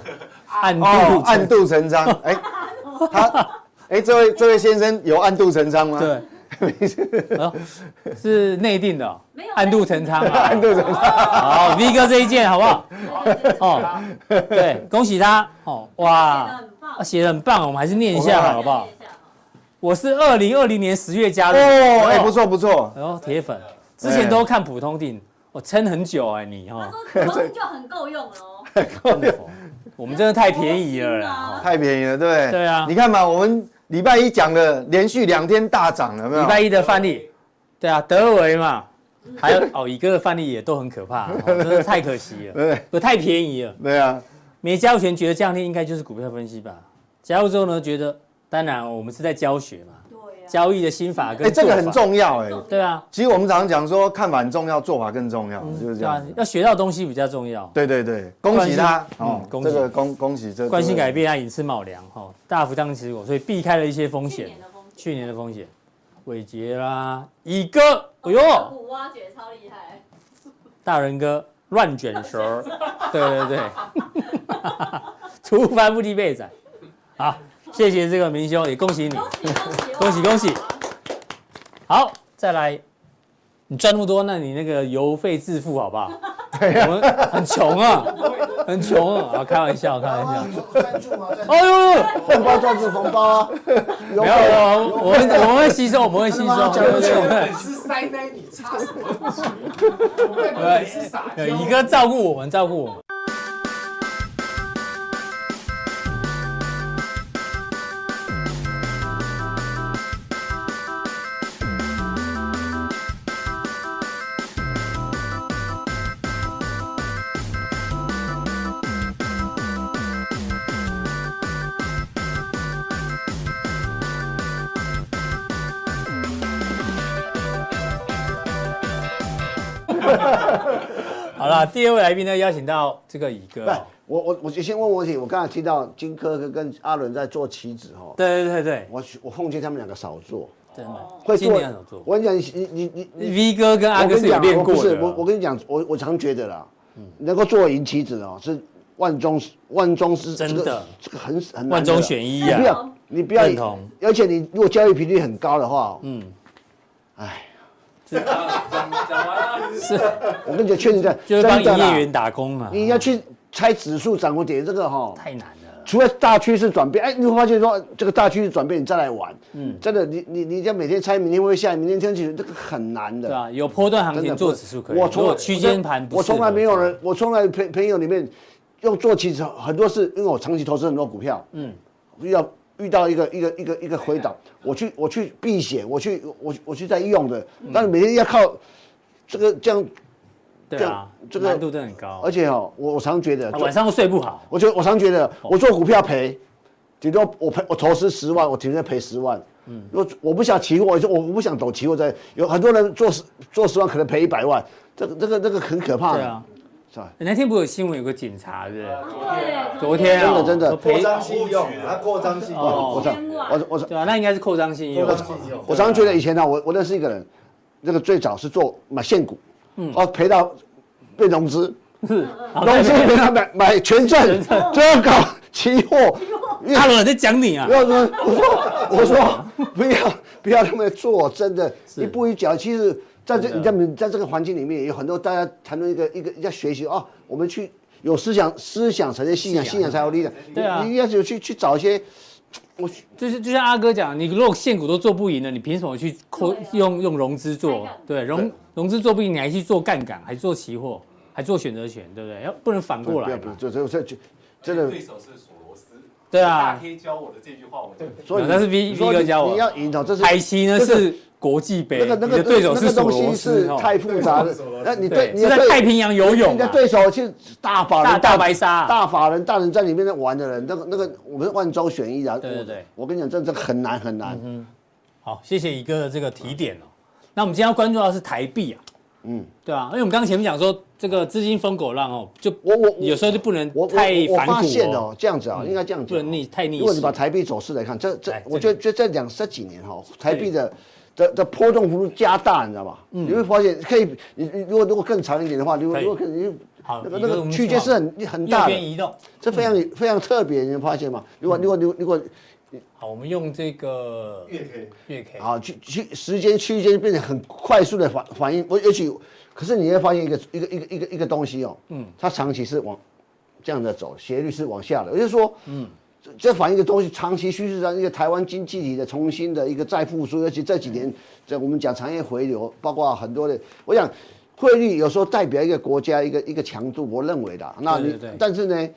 Speaker 2: 暗
Speaker 1: 哦
Speaker 2: 度
Speaker 1: 哦，
Speaker 2: 陈
Speaker 1: 暗度陈仓。哎、 他哎，这位这位先生有暗度陈仓吗？，
Speaker 2: 对，哦是内定的哦
Speaker 4: 没有，
Speaker 2: 暗度陈仓啊
Speaker 1: 暗，度陈仓。
Speaker 2: 好，V 哥这一件好不好？
Speaker 4: 哦，
Speaker 2: 哦，对，恭喜他，哦，
Speaker 4: 写的
Speaker 2: 哇，
Speaker 4: 很棒
Speaker 2: 啊，写的很棒，我们还是念一下好不好？？我是二零二零年十月加入的，
Speaker 1: 哦，哎、不错不错。
Speaker 2: 哎呦，铁粉，之前都看普通定，我撑很久哎、你
Speaker 4: 他
Speaker 2: 哈，
Speaker 4: 说国民就很够用了哦，
Speaker 2: 真 的哦我们真的太便宜了啦。
Speaker 1: 太便宜了，对不对？
Speaker 2: 对啊
Speaker 1: 你看嘛，我们礼拜一讲的，连续两天大涨，有没有？
Speaker 2: 礼拜一的范例，对啊，德维嘛，
Speaker 1: 嗯
Speaker 2: 还有哦，乙哥的范例也都很可怕，哦真的太可惜 了，
Speaker 1: 对
Speaker 2: 不太便宜了。
Speaker 1: 对啊，
Speaker 2: 没加入前觉得这样听应该就是股票分析吧，加入之后呢，觉得当然我们是在教学嘛，
Speaker 4: 对呀，
Speaker 2: 交易的心法
Speaker 1: 哎、
Speaker 2: 跟
Speaker 1: 这个
Speaker 2: 做
Speaker 1: 很
Speaker 2: 法，
Speaker 1: 重要哎、
Speaker 2: 对啊，
Speaker 1: 其实我们常常讲说，看法很重要，做法更重要，就是这
Speaker 2: 对啊
Speaker 1: 样。，
Speaker 2: 要学到东西比较重要。
Speaker 1: 对对对，恭喜他
Speaker 2: 啊嗯
Speaker 1: 哦，
Speaker 2: 恭喜
Speaker 1: 这个恭恭喜这
Speaker 2: 惯性改，变啊，寅吃卯粮哈，哦大幅降持股，所以避开了一些风
Speaker 4: 去
Speaker 2: 险
Speaker 4: 年。的风景，
Speaker 2: 去年的风险，伟杰啦，乙哥，哎呦，
Speaker 4: 股挖掘超厉害，
Speaker 2: 大人哥乱卷舌儿，对对对， 厨房不敌被宰。好，谢谢这个明兄，也恭喜你。恭
Speaker 4: 恭喜恭喜
Speaker 2: 喜恭喜好，再来，你赚那么多，那你那个邮费自付好不好？我们很穷 啊，很穷啊，好开玩笑，开玩笑。哎呦，
Speaker 3: 红包赚是红 包啊，有
Speaker 2: 哎没有，我我们我们会吸收， 我们会吸收。
Speaker 3: 讲得
Speaker 5: 我们是塞奶，你差什么东西？我们本是傻
Speaker 2: 有
Speaker 5: 妞。
Speaker 2: 一个照顾我们，照顾我们。好了，
Speaker 3: 嗯
Speaker 2: 第二位来宾呢，邀请到这个乙哥哦、
Speaker 3: 不是我我我先问问题，我刚才提到金科科跟阿伦在做棋子哈，
Speaker 2: 对对对对，
Speaker 3: 我我奉劝他们两个少做，
Speaker 2: 真的，
Speaker 3: 哦会
Speaker 2: 今
Speaker 3: 做
Speaker 2: 年有做。
Speaker 3: 我跟你讲，你你你你
Speaker 2: V 哥跟阿
Speaker 3: 我
Speaker 2: 哥
Speaker 3: 跟
Speaker 2: 是
Speaker 3: 你
Speaker 2: 有
Speaker 3: 讲，
Speaker 2: 练
Speaker 3: 我
Speaker 2: 过
Speaker 3: 不
Speaker 2: 的
Speaker 3: 是
Speaker 2: 啊，
Speaker 3: 我，我跟你讲，我我常觉得啦，能够做赢棋子哦，是万中万中之
Speaker 2: 真
Speaker 3: 这
Speaker 2: 的
Speaker 3: 个这个很很难的
Speaker 2: 万中选一
Speaker 3: 你不
Speaker 2: 啊。
Speaker 3: 要你不要
Speaker 2: 认同，
Speaker 3: 而且你如果交易频率很高的话，
Speaker 2: 嗯，
Speaker 5: 讲完了，
Speaker 2: 是，
Speaker 3: 我跟你讲，确实在
Speaker 2: 就是帮
Speaker 3: 真的
Speaker 2: 营业
Speaker 3: 啦，
Speaker 2: 员打工啊，
Speaker 3: 你要去猜指数涨幅点这个哈，
Speaker 2: 太难了。
Speaker 3: 除了大趋势转变，哎，你会发现说这个大趋势转变，你再来玩，嗯，真的，你你你这样每天猜明天会不会下雨，明天天气这个很难的
Speaker 2: 对。啊，有波段行
Speaker 3: 真的
Speaker 2: 情
Speaker 3: 不
Speaker 2: 做
Speaker 3: 是
Speaker 2: 指数可以，
Speaker 3: 我
Speaker 2: 如
Speaker 3: 从
Speaker 2: 果区间盘不
Speaker 3: 我从来没有
Speaker 2: 人。
Speaker 3: 人，我从来朋朋友里面用做期指很多事，因为我长期投资很多股票，嗯，遇到遇到一个一个一个一个回档，我去我去
Speaker 2: 嗯
Speaker 3: 避险，我去我我去在用的，但是每天要靠这个这样
Speaker 2: 对啊，这
Speaker 3: 这个
Speaker 2: 个难度真的很高
Speaker 3: 而，且哦，我我常觉得
Speaker 2: 啊
Speaker 3: 做
Speaker 2: 晚上会睡不好。
Speaker 3: 我觉得我常觉得，我做股票赔，顶多我赔我投资十万，我顶多赔十万。嗯，我我不想期货，我说我不想抖期货在，有很多人做十做十万可能赔一百万，这个这个这个很可怕
Speaker 2: 对
Speaker 3: 的，
Speaker 2: 啊，
Speaker 3: 是吧？啊
Speaker 2: 那天不是有新闻有个警察，对不对？
Speaker 4: 对，
Speaker 2: 昨天啊，
Speaker 3: 真的真的
Speaker 2: 说
Speaker 1: 扩
Speaker 2: 赔
Speaker 1: 张信用，啊，扩张信用，
Speaker 2: 哦
Speaker 3: 我常
Speaker 4: 牵挂
Speaker 3: 我我
Speaker 2: 对啊，那应该是扩张信用
Speaker 1: 扩。张信用。
Speaker 3: 我常觉得以前呢、我我认识一个人，那个最早是做买现股，嗯，哦赔到被融资，
Speaker 2: 哦
Speaker 3: 融资给他买买权证，最后搞期货，因为
Speaker 2: 他们在讲你啊
Speaker 3: 不，要说，我说我说不要不要那么做，真的，一步一脚。其实在这
Speaker 2: 真
Speaker 3: 你
Speaker 2: 的
Speaker 3: 在你在这个环境里面，有很多大家谈论一个一个要学习啊，我们去有思想，思想才是信仰，信仰才有力量。
Speaker 2: 对啊
Speaker 3: 你你要有去去找一些，我
Speaker 2: 就是就像阿哥讲，你如果现股都做不赢了，你凭什么去扩
Speaker 4: 对啊
Speaker 2: 用用融资做
Speaker 4: 杠杆？
Speaker 2: 对，融融资做不赢，你还去做杠杆，还做期货，还做选择权，对不对？要不能反过
Speaker 3: 不
Speaker 2: 来
Speaker 3: 要
Speaker 2: 嘛
Speaker 3: 不要，？这这这这真的
Speaker 6: 对，手是索罗斯，
Speaker 2: 对
Speaker 6: 大
Speaker 2: 啊，
Speaker 6: K 教我的这句话，我就
Speaker 3: 所以
Speaker 2: 那是 V
Speaker 3: 你说
Speaker 2: V 哥
Speaker 3: 你
Speaker 2: 教我
Speaker 3: 你要引导，这是
Speaker 2: 海奇呢
Speaker 3: 这
Speaker 2: 是国际杯，
Speaker 3: 那个
Speaker 2: 你
Speaker 3: 那
Speaker 2: 的
Speaker 3: 个
Speaker 2: 对手
Speaker 3: 那
Speaker 2: 是
Speaker 3: 个
Speaker 2: 索
Speaker 3: 东
Speaker 2: 罗
Speaker 3: 西
Speaker 2: 斯
Speaker 3: 是
Speaker 2: 哦，
Speaker 3: 太复杂的，那你对
Speaker 2: 对，
Speaker 3: 你
Speaker 2: 是
Speaker 3: 的
Speaker 2: 在
Speaker 3: 对
Speaker 2: 太平洋游泳
Speaker 3: 你的
Speaker 2: 啊，
Speaker 3: 对手是大法人
Speaker 2: 大大白鲨啊
Speaker 3: 大法人、大人在里面玩的人，那个那个我们是万州选一啊。
Speaker 2: 对对嗯对
Speaker 3: 我，我跟你讲，真的很难很难。
Speaker 2: 好，谢谢一哥的这个提点哦。那我们今天要关注到的是台币啊，
Speaker 3: 嗯
Speaker 2: 嗯，对啊，因为我们刚刚前面讲说这个资金疯狗浪哦，就
Speaker 3: 我我我
Speaker 2: 有时候就不能
Speaker 3: 我我
Speaker 2: 太
Speaker 3: 我
Speaker 2: 反
Speaker 3: 发
Speaker 2: 骨
Speaker 3: 现
Speaker 2: 哦，
Speaker 3: 哦，这样子啊，应该这样
Speaker 2: 不
Speaker 3: 讲
Speaker 2: 能逆
Speaker 3: 哦。
Speaker 2: 太逆
Speaker 3: 如果你
Speaker 2: 势
Speaker 3: 把。台币走势来看，这这
Speaker 2: 哎，
Speaker 3: 我
Speaker 2: 这个
Speaker 3: 觉得觉得这两这几年哈，台币的的的波动幅度加大，你知道吗？你会发现可以，你你如果如果更长一点的话，如果
Speaker 2: 嗯可以
Speaker 3: 如果可能
Speaker 2: 好
Speaker 3: 那个
Speaker 2: 一
Speaker 3: 那
Speaker 2: 个我
Speaker 3: 个
Speaker 2: 们
Speaker 3: 区间是很很
Speaker 2: 右
Speaker 3: 大
Speaker 2: 边嗯
Speaker 3: 的，
Speaker 2: 移动。
Speaker 3: 这非常非常特别，你会发现吗？如果如果如果如果
Speaker 2: 好，我们用这个
Speaker 1: 月 K
Speaker 2: 月 K，
Speaker 3: 啊，去去时间区间变得很快速的反反应，我也许，可是你会发现一个一个一个一个一个东西哦，嗯，它长期是往这样的走，斜率是往下的，也就是说，嗯，这这反映一个东西长期趋势上，一个台湾经济体的重新的一个再复苏，尤其这几
Speaker 2: 嗯
Speaker 3: 年，这我们讲产业回流，包括很多的，我想汇率有时候代表一个国家一个一个强度，我认为的，啊那你
Speaker 2: 对对对
Speaker 3: 但是呢，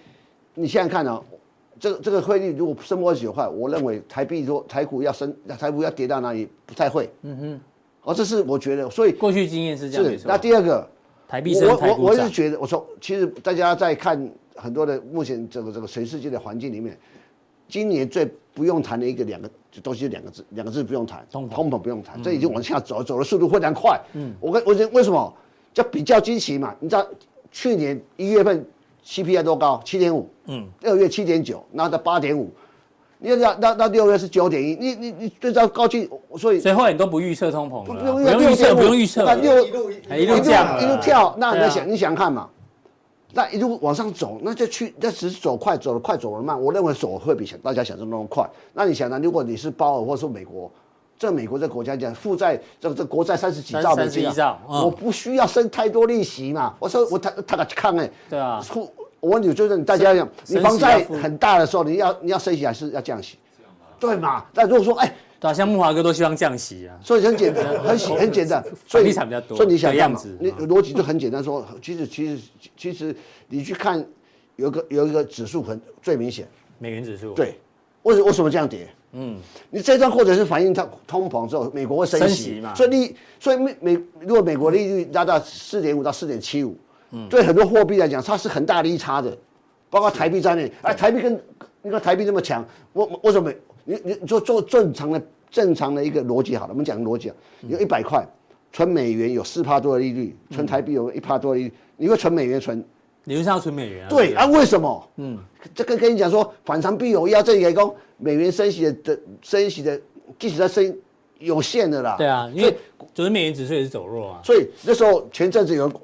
Speaker 3: 你想想看啊、这个这个汇率如果升破二十九块，我认为台币说台股要升，台股要跌到哪里不太会。嗯哼，哦，这是我觉得，所以
Speaker 2: 过去经验是这样没
Speaker 3: 是
Speaker 2: 错
Speaker 3: 那。第二个，
Speaker 2: 台币升
Speaker 3: 我
Speaker 2: 台
Speaker 3: 我
Speaker 2: 股
Speaker 3: 我是
Speaker 2: 涨，
Speaker 3: 觉得，我说其实大家在看很多的目前这个这个全世界的环境里面，今年最不用谈的一个两个东西，两个字两个字不用谈，
Speaker 2: 通膨嗯
Speaker 3: 通膨不用谈，这已经往下走，走的速度非常快。嗯，我跟我觉得为什么叫比较惊奇嘛？你知道去年一月份 CPI 多高？七点五。嗯，二月七点九，然后到八点五。你要知道，那那六月是九点一，你你你最高高进，所以
Speaker 2: 所以后来你都不预测通膨了啦，啊不
Speaker 3: 不不
Speaker 2: 用预测，
Speaker 3: 不
Speaker 2: 不用预测
Speaker 3: 那
Speaker 2: 了，
Speaker 3: 六
Speaker 1: 一路
Speaker 2: 哎一路
Speaker 3: 一路
Speaker 2: 降了
Speaker 3: 一路跳，那你
Speaker 2: 对啊
Speaker 3: 在想，你想看嘛？那一路往上走，那就去，那只是走快，走得快，走得慢。我认为走会比想大家想象中的快。那你想呢？如果你是鲍尔或是美国，这美国这国家讲负债，这这国债三十几兆美金、
Speaker 2: 31兆
Speaker 3: 啊，
Speaker 2: 嗯
Speaker 3: 我不需要生太多利息嘛。我说我他他敢看哎、
Speaker 2: 对啊，
Speaker 3: 出我问你，就是你大家讲，
Speaker 2: 升
Speaker 3: 你房
Speaker 2: 升息要
Speaker 3: 贷
Speaker 2: 付
Speaker 3: 很大的时候，你要你要升息还是要降息？对嘛？那如果说哎、
Speaker 2: 对啊，像木华哥都希望降息啊，
Speaker 3: 所以很简单，很喜很简 单。所
Speaker 2: 房地
Speaker 3: 以
Speaker 2: 产比较多
Speaker 3: 所以你想干嘛
Speaker 2: 的样子嗯
Speaker 3: 你逻辑就很简单说，其实其实其实你去看，有一个有一个指数很最明显，
Speaker 2: 美元指数，
Speaker 3: 对，为什为什么这样跌？嗯，你这张或者是反映它通膨之后，美国会升息
Speaker 2: 升息嘛
Speaker 3: 所以利所以美美如果美国利率拉到四点五到四点七五，对很多货币来讲，它是很大利差的，包括台币在内。哎，台币跟你看台币那么强，我我为什么美你你你做做正常的正常的一个逻辑好了，我们讲逻辑啊，你有一百块。存美元有四帕多的利率，存台币有一帕多的利率，你会存美元存
Speaker 2: 理论上要存美元啊，
Speaker 3: 对
Speaker 2: 不
Speaker 3: 啊，为什么？嗯，这个跟你讲说反常必有妖，这里来讲美元升息的的升息的，即使它升有限的啦。
Speaker 2: 对啊，因为昨天美元指数也是走弱啊，
Speaker 3: 所以，所以那时候前阵子有人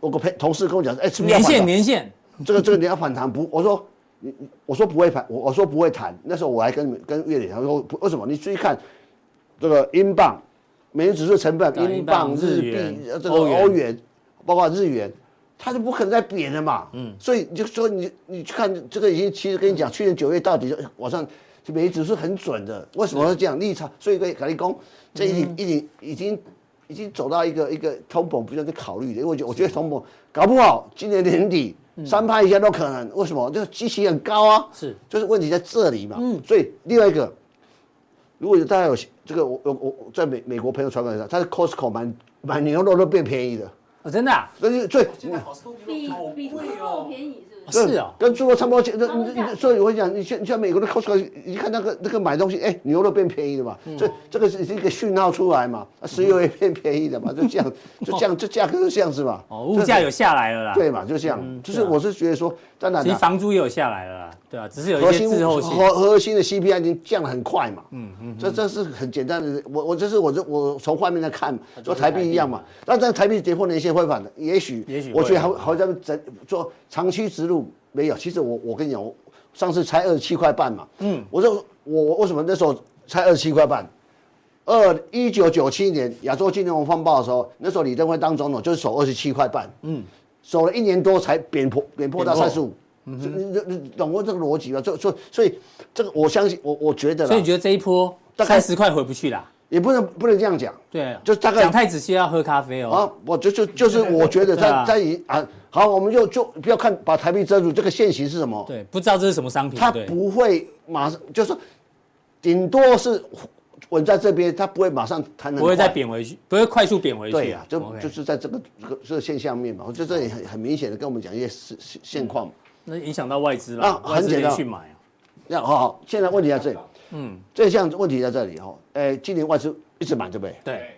Speaker 3: 我个朋同事跟我讲说，哎、是不是 要
Speaker 2: 年
Speaker 3: 反
Speaker 2: 限
Speaker 3: 弹？
Speaker 2: 年限，
Speaker 3: 这个这个你要反弹不？我说你你我说不会反，我我说不会弹。那时候我还跟跟岳磊他说不为什么？你注意看这个英镑，美元指数成本，
Speaker 2: 对
Speaker 3: 英
Speaker 2: 英镑
Speaker 3: 镑、
Speaker 2: 日
Speaker 3: 日币
Speaker 2: 元、
Speaker 3: 呃这个
Speaker 2: 欧元
Speaker 3: 欧元，包括日元，它是不可能再贬的嘛。嗯，所以你就说你你去看这个已经，其实跟你讲，去年九月到底就往上。美元指数很准的，为什么会这样利差？所以跟凯利工这已经、已经已经已经走到一个一个通膨不用再考虑的，因为我觉得我觉得通膨搞不好今年年底三趴以下都可能，为什么？这个基期很高啊，
Speaker 2: 是
Speaker 3: 就是问题在这里嘛。所以另外一个，如果有大家有这个，我我我在美美国朋友传给我的，他的 Costco 买买牛肉都变便宜的，
Speaker 2: 哦，真的啊，
Speaker 3: 那就所以
Speaker 6: 现在好吃东西
Speaker 4: 比
Speaker 6: 都好
Speaker 4: 比猪
Speaker 6: 贵
Speaker 4: 肉
Speaker 6: 哦。
Speaker 4: 便宜是不是？
Speaker 2: 是哦，
Speaker 3: 跟中国差不多钱。那
Speaker 4: 他们这样
Speaker 3: 那所以我讲，你像你像美国的 Costco，你看那个那个买东西，哎，牛肉变便宜了嘛，
Speaker 2: 嗯
Speaker 3: 这这个是是一个讯号出来嘛，啊石油也变便宜了嘛，就这样，就 这样，这价格就这样子嘛。
Speaker 2: 哦，物价有下来了啦，
Speaker 3: 对嘛，就这样。就是
Speaker 2: 对啊
Speaker 3: 我是觉得说，当然
Speaker 2: 其实
Speaker 3: 啦，
Speaker 2: 房租也有下来了啦，对啊，只是有
Speaker 3: 啊核
Speaker 2: 一些
Speaker 3: 心
Speaker 2: 滞后性。
Speaker 3: 核核心的 CPI 已经降得很快嘛，嗯嗯，这这是很简单的。我我这是我这我从画面来看，
Speaker 2: 啊
Speaker 3: 说台币一样嘛，那这样台币跌破年线会反的，也许
Speaker 2: 也许会嗯
Speaker 3: 我觉得还会好像整做长期植入没有。其实我我跟你讲，我上次才二十七块半嘛，嗯，我说我我为什么那时候才二十七块半？二一九九七年亚洲金融风暴的时候，那时候李登辉当总统就是守二十七块半，嗯，守了一年多才贬破贬破到
Speaker 2: 贬破
Speaker 3: 三十五。这你你你懂过这个逻辑吧？所所所以这个我相信，我我觉得
Speaker 2: 所以你
Speaker 3: 啦，
Speaker 2: 觉得这一波
Speaker 3: 大
Speaker 2: 三
Speaker 3: 概
Speaker 2: 十块回不去啦？
Speaker 3: 也不能不能这样讲
Speaker 2: 对，啊
Speaker 3: 就大概
Speaker 2: 讲太仔细要喝咖啡哦。
Speaker 3: 啊！我就就就是我觉得
Speaker 2: 对啊
Speaker 3: 在在以啊，好，我们就就不要看把台币遮住，这个现形是什么？
Speaker 2: 对，不知道这是什么商品，
Speaker 3: 它
Speaker 2: 对，
Speaker 3: 不会马上就是说，顶多是稳在这边，它不会马上弹得
Speaker 2: 不会
Speaker 3: 快
Speaker 2: 再贬回去，不会快速贬回去。啊
Speaker 3: 对呀、就
Speaker 2: OK
Speaker 3: 就是在这个这个这个现象面嘛，我觉得这也很很明显的跟我们讲一些现现现况嘛。
Speaker 2: 那影响到外资了，
Speaker 3: 啊
Speaker 2: 外资
Speaker 3: 很简单
Speaker 2: 连续买啊。
Speaker 3: 那好好，现在问题在这里，嗯，这项问题在这里哈、哦，哎，今年外资一直买对不对？
Speaker 2: 对，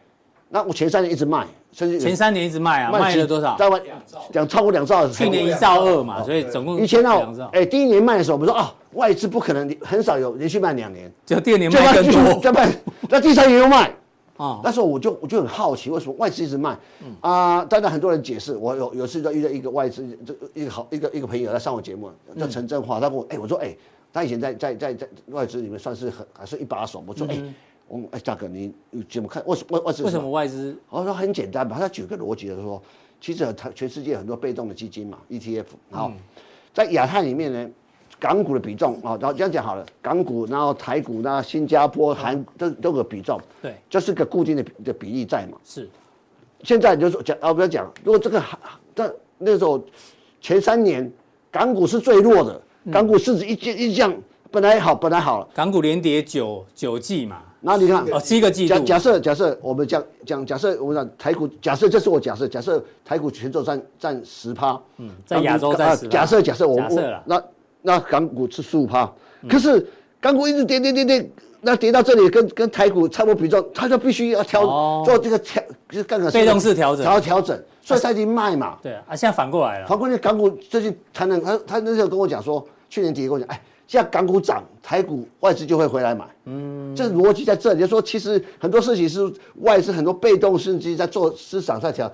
Speaker 3: 那我前三年一直卖，甚至
Speaker 2: 前三年一直卖啊，卖
Speaker 3: 几
Speaker 2: 了多少？
Speaker 3: 大概
Speaker 6: 两兆
Speaker 3: 两超过两兆的时
Speaker 2: 去
Speaker 3: 候。
Speaker 2: 年一兆二
Speaker 3: 哦
Speaker 2: 嘛，所以总共
Speaker 3: 以前
Speaker 2: 两
Speaker 3: 呢
Speaker 2: 兆，，
Speaker 3: 哎，第一年卖的时候，我们说啊，外资不可能很少有连续卖两年，
Speaker 2: 就第二年
Speaker 3: 就
Speaker 2: 卖
Speaker 3: 卖
Speaker 2: 更多
Speaker 3: 再卖，那第三年又卖。
Speaker 2: 啊。
Speaker 3: 那时候我就我就很好奇，为什么外资一直卖？
Speaker 2: 嗯
Speaker 3: 啊、当然很多人解释。我有有次就遇到一个外资，这一个好一个一个朋友，他上我节目，叫
Speaker 2: 嗯
Speaker 3: 陈振华，他跟我，哎、我说，哎、他以前在在在在外资里面算是很还是一把手。我说，
Speaker 2: 嗯
Speaker 3: 哎、我们哎、大哥，你你怎么看？为什么外资
Speaker 2: 为什么？外资
Speaker 3: 我说很简单哦吧，他举个逻辑就是说，其实他全世界很多被动的基金嘛，ETF，然，E
Speaker 2: 嗯
Speaker 3: 后、哦在亚太里面呢，港股的比重啊，然后这样讲好了，港股，然后台股，那新加坡、韩都都有比重，
Speaker 2: 对
Speaker 3: 就是个固定的比的比例在嘛。
Speaker 2: 是
Speaker 3: 现在你就说讲啊，不要讲，如果这个行这那时候前三年港股是最弱的，港股市值一降一降，本来好本来好了，
Speaker 2: 港股连跌九九季嘛？
Speaker 3: 然后你看
Speaker 2: 哦，七个季
Speaker 3: 假
Speaker 2: 度，
Speaker 3: 假设假设我们讲讲假设我们讲台股，假设这是我假设，假设台股全球占占十趴，嗯，
Speaker 2: 在亚洲占10%
Speaker 3: 假设假设我
Speaker 2: 假设啦嗯
Speaker 3: 我那那港股是十五趴，可是港股一直跌跌跌跌，那跌到这里跟跟台股差不多比重，它就必须要调、
Speaker 2: 哦
Speaker 3: 做这个调，就是干个
Speaker 2: 被动式调整
Speaker 3: 然后调整，所以它已经卖嘛，
Speaker 2: 对啊，啊现在反过来了，
Speaker 3: 反过来港股最近谈了，他他那时候跟我讲说，去年底跟我讲，哎，现在港股涨，台股外资就会回来买，嗯，这逻辑在这里，就说其实很多事情是外资很多被动甚至在做市场在调。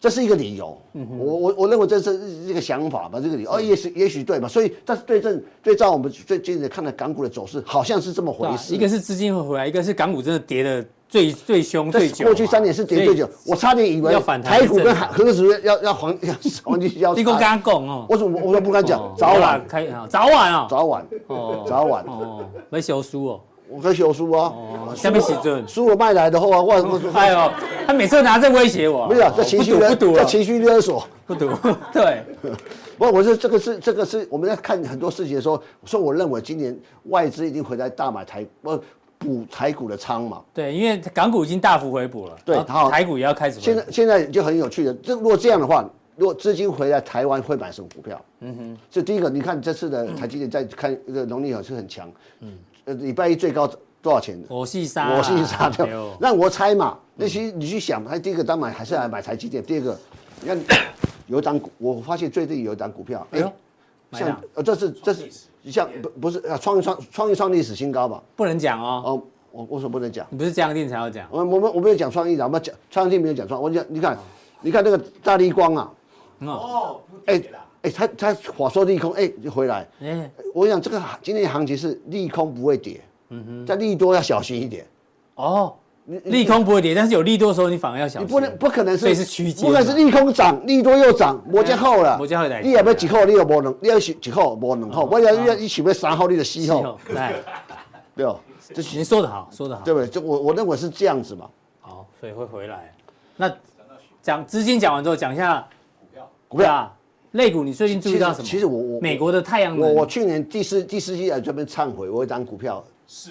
Speaker 3: 这是一个理由，
Speaker 2: 嗯
Speaker 3: 我我我认为这是这个想法吧，这个理由，哦，也许也许对吧？所以，但是对正对照我们最近的看的港股的走势，好像是这么回
Speaker 2: 对啊
Speaker 3: 事。
Speaker 2: 一个是资金会回来，一个是港股真的跌的最最凶
Speaker 3: 这
Speaker 2: 最
Speaker 3: 是
Speaker 2: 久嘛。啊
Speaker 3: 过去三年是跌最久
Speaker 2: 所，
Speaker 3: 我差点以为
Speaker 2: 要反弹
Speaker 3: 台股
Speaker 2: 一阵
Speaker 3: 跟
Speaker 2: 子
Speaker 3: 韩恒指要 要黄要黄金交
Speaker 2: 以。
Speaker 3: 叉。
Speaker 2: 你跟我刚刚讲哦，
Speaker 3: 我怎么我都不敢讲
Speaker 2: 哦，
Speaker 3: 早
Speaker 2: 要
Speaker 3: 晚
Speaker 2: 啦开啊早晚啊，
Speaker 3: 早晚，
Speaker 2: 哦
Speaker 3: 早晚，
Speaker 2: 哦，没修书哦，
Speaker 3: 我跟小叔啊，
Speaker 2: 下面洗准。
Speaker 3: 叔我卖来的后啊，我我
Speaker 2: 哎呦，他每次都拿这威胁我啊，
Speaker 3: 没有啊
Speaker 2: 哦，
Speaker 3: 这情绪
Speaker 2: 不
Speaker 3: 勒，
Speaker 2: 赌
Speaker 3: 这
Speaker 2: 不赌
Speaker 3: 情绪勒索。
Speaker 2: 不赌， 对，
Speaker 3: 不，我是这个是这个是我们在看很多事情的时候，说我认为今年外资一定回来大买台不补台股的仓嘛。
Speaker 2: 对，因为港股已经大幅回补了，
Speaker 3: 对
Speaker 2: 然后
Speaker 3: 好
Speaker 2: 台股也要开始回
Speaker 3: 现
Speaker 2: 补
Speaker 3: 在。现在就很有趣的，这如果这样的话，如果资金回来台湾会买什么股票？嗯哼，这第一个，你看这次的台积电在看这个农历好是很强，嗯，呃，礼拜一最高多少钱？
Speaker 2: 我细沙啦，
Speaker 3: 我姓杀
Speaker 2: 哎呦
Speaker 3: 掉。那我猜嘛，那些你去想，哎他第一个当然还是来买台积电，第二个，你看 有一档股，我发现最近有一档股票，
Speaker 2: 哎
Speaker 3: 哎
Speaker 2: 呦，买哪
Speaker 3: 像呃这是这是像不不是啊，创创创意创历史新高吧？
Speaker 2: 不能讲哦，
Speaker 3: 哦，我为什么不能讲？
Speaker 2: 你不是将定才要讲
Speaker 3: 我我们我没有讲创意的，我们讲创意没有讲创，我讲你看，你看那个大力光啊，
Speaker 6: 哦，不
Speaker 3: 哎
Speaker 6: 跌啦，
Speaker 3: 哎，他他话说利空，哎就回来，
Speaker 2: 哎，
Speaker 3: 我想这个行今天行情是利空不会跌，嗯哼，但利多要小心一点。
Speaker 2: 哦，
Speaker 3: 你你
Speaker 2: 利空不会跌，但是有利多的时候你反而要小
Speaker 3: 你
Speaker 2: 心。
Speaker 3: 不能不可能
Speaker 2: 所以
Speaker 3: 是
Speaker 2: 是哦区间嗯
Speaker 3: 不可能是利空涨，利多又涨，摩羯后了，
Speaker 2: 摩羯后来哦
Speaker 3: 你也要几号，你又无两，你要是几号无两号，我要要你想要三号，你就四
Speaker 2: 气
Speaker 3: 号
Speaker 2: 候，，哎，
Speaker 3: 对吧？这
Speaker 2: 您说的好，说的好，
Speaker 3: 对不对？这我我认为是这样子嘛，
Speaker 2: 好，所以会回来。那讲资金讲完之后，讲一下
Speaker 3: 股票
Speaker 2: 啊，类股你最近注意到什么？
Speaker 3: 其实其实我我
Speaker 2: 美国的太阳
Speaker 3: 我
Speaker 2: 能，
Speaker 3: 我去年第四第四季来这边忏悔，我有一张股票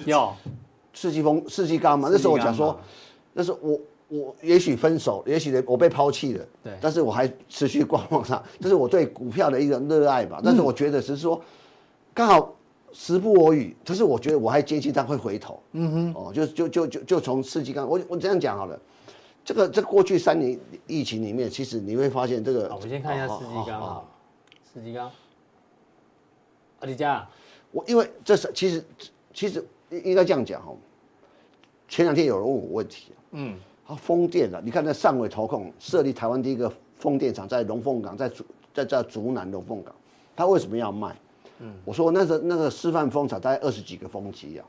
Speaker 2: 有
Speaker 3: 世纪风世纪钢嘛，那时候我讲
Speaker 2: 世纪钢
Speaker 3: 说
Speaker 2: 嘛，
Speaker 3: 那时候我我也许分手，也许我被抛弃了，
Speaker 2: 对
Speaker 3: 但是我还持续观望它， 这是我对股票的一个热爱
Speaker 2: 嗯
Speaker 3: 吧。但是我觉得只是说，刚好时不我与，可是我觉得我还坚信它会回头。嗯哼，哦，就就就就就从刺激刚，我我这样讲好了。这个这过去三年疫情里面，其实你会发现这个，哦
Speaker 2: 好，我先看一下
Speaker 3: 呃好
Speaker 2: 司机
Speaker 3: 好
Speaker 2: 刚啊
Speaker 3: 好
Speaker 2: 好了，司机刚，啊，啊李佳，
Speaker 3: 我因为这是其实其实应应该这样讲哈，前两天有人问我问题，
Speaker 2: 嗯，
Speaker 3: 啊，风电啊，你看那上尾投控设立台湾第一个风电厂在龙凤港，在竹在在竹南龙凤港，他为什么要卖？我说那个那个示范风场大概二十几个风机啊，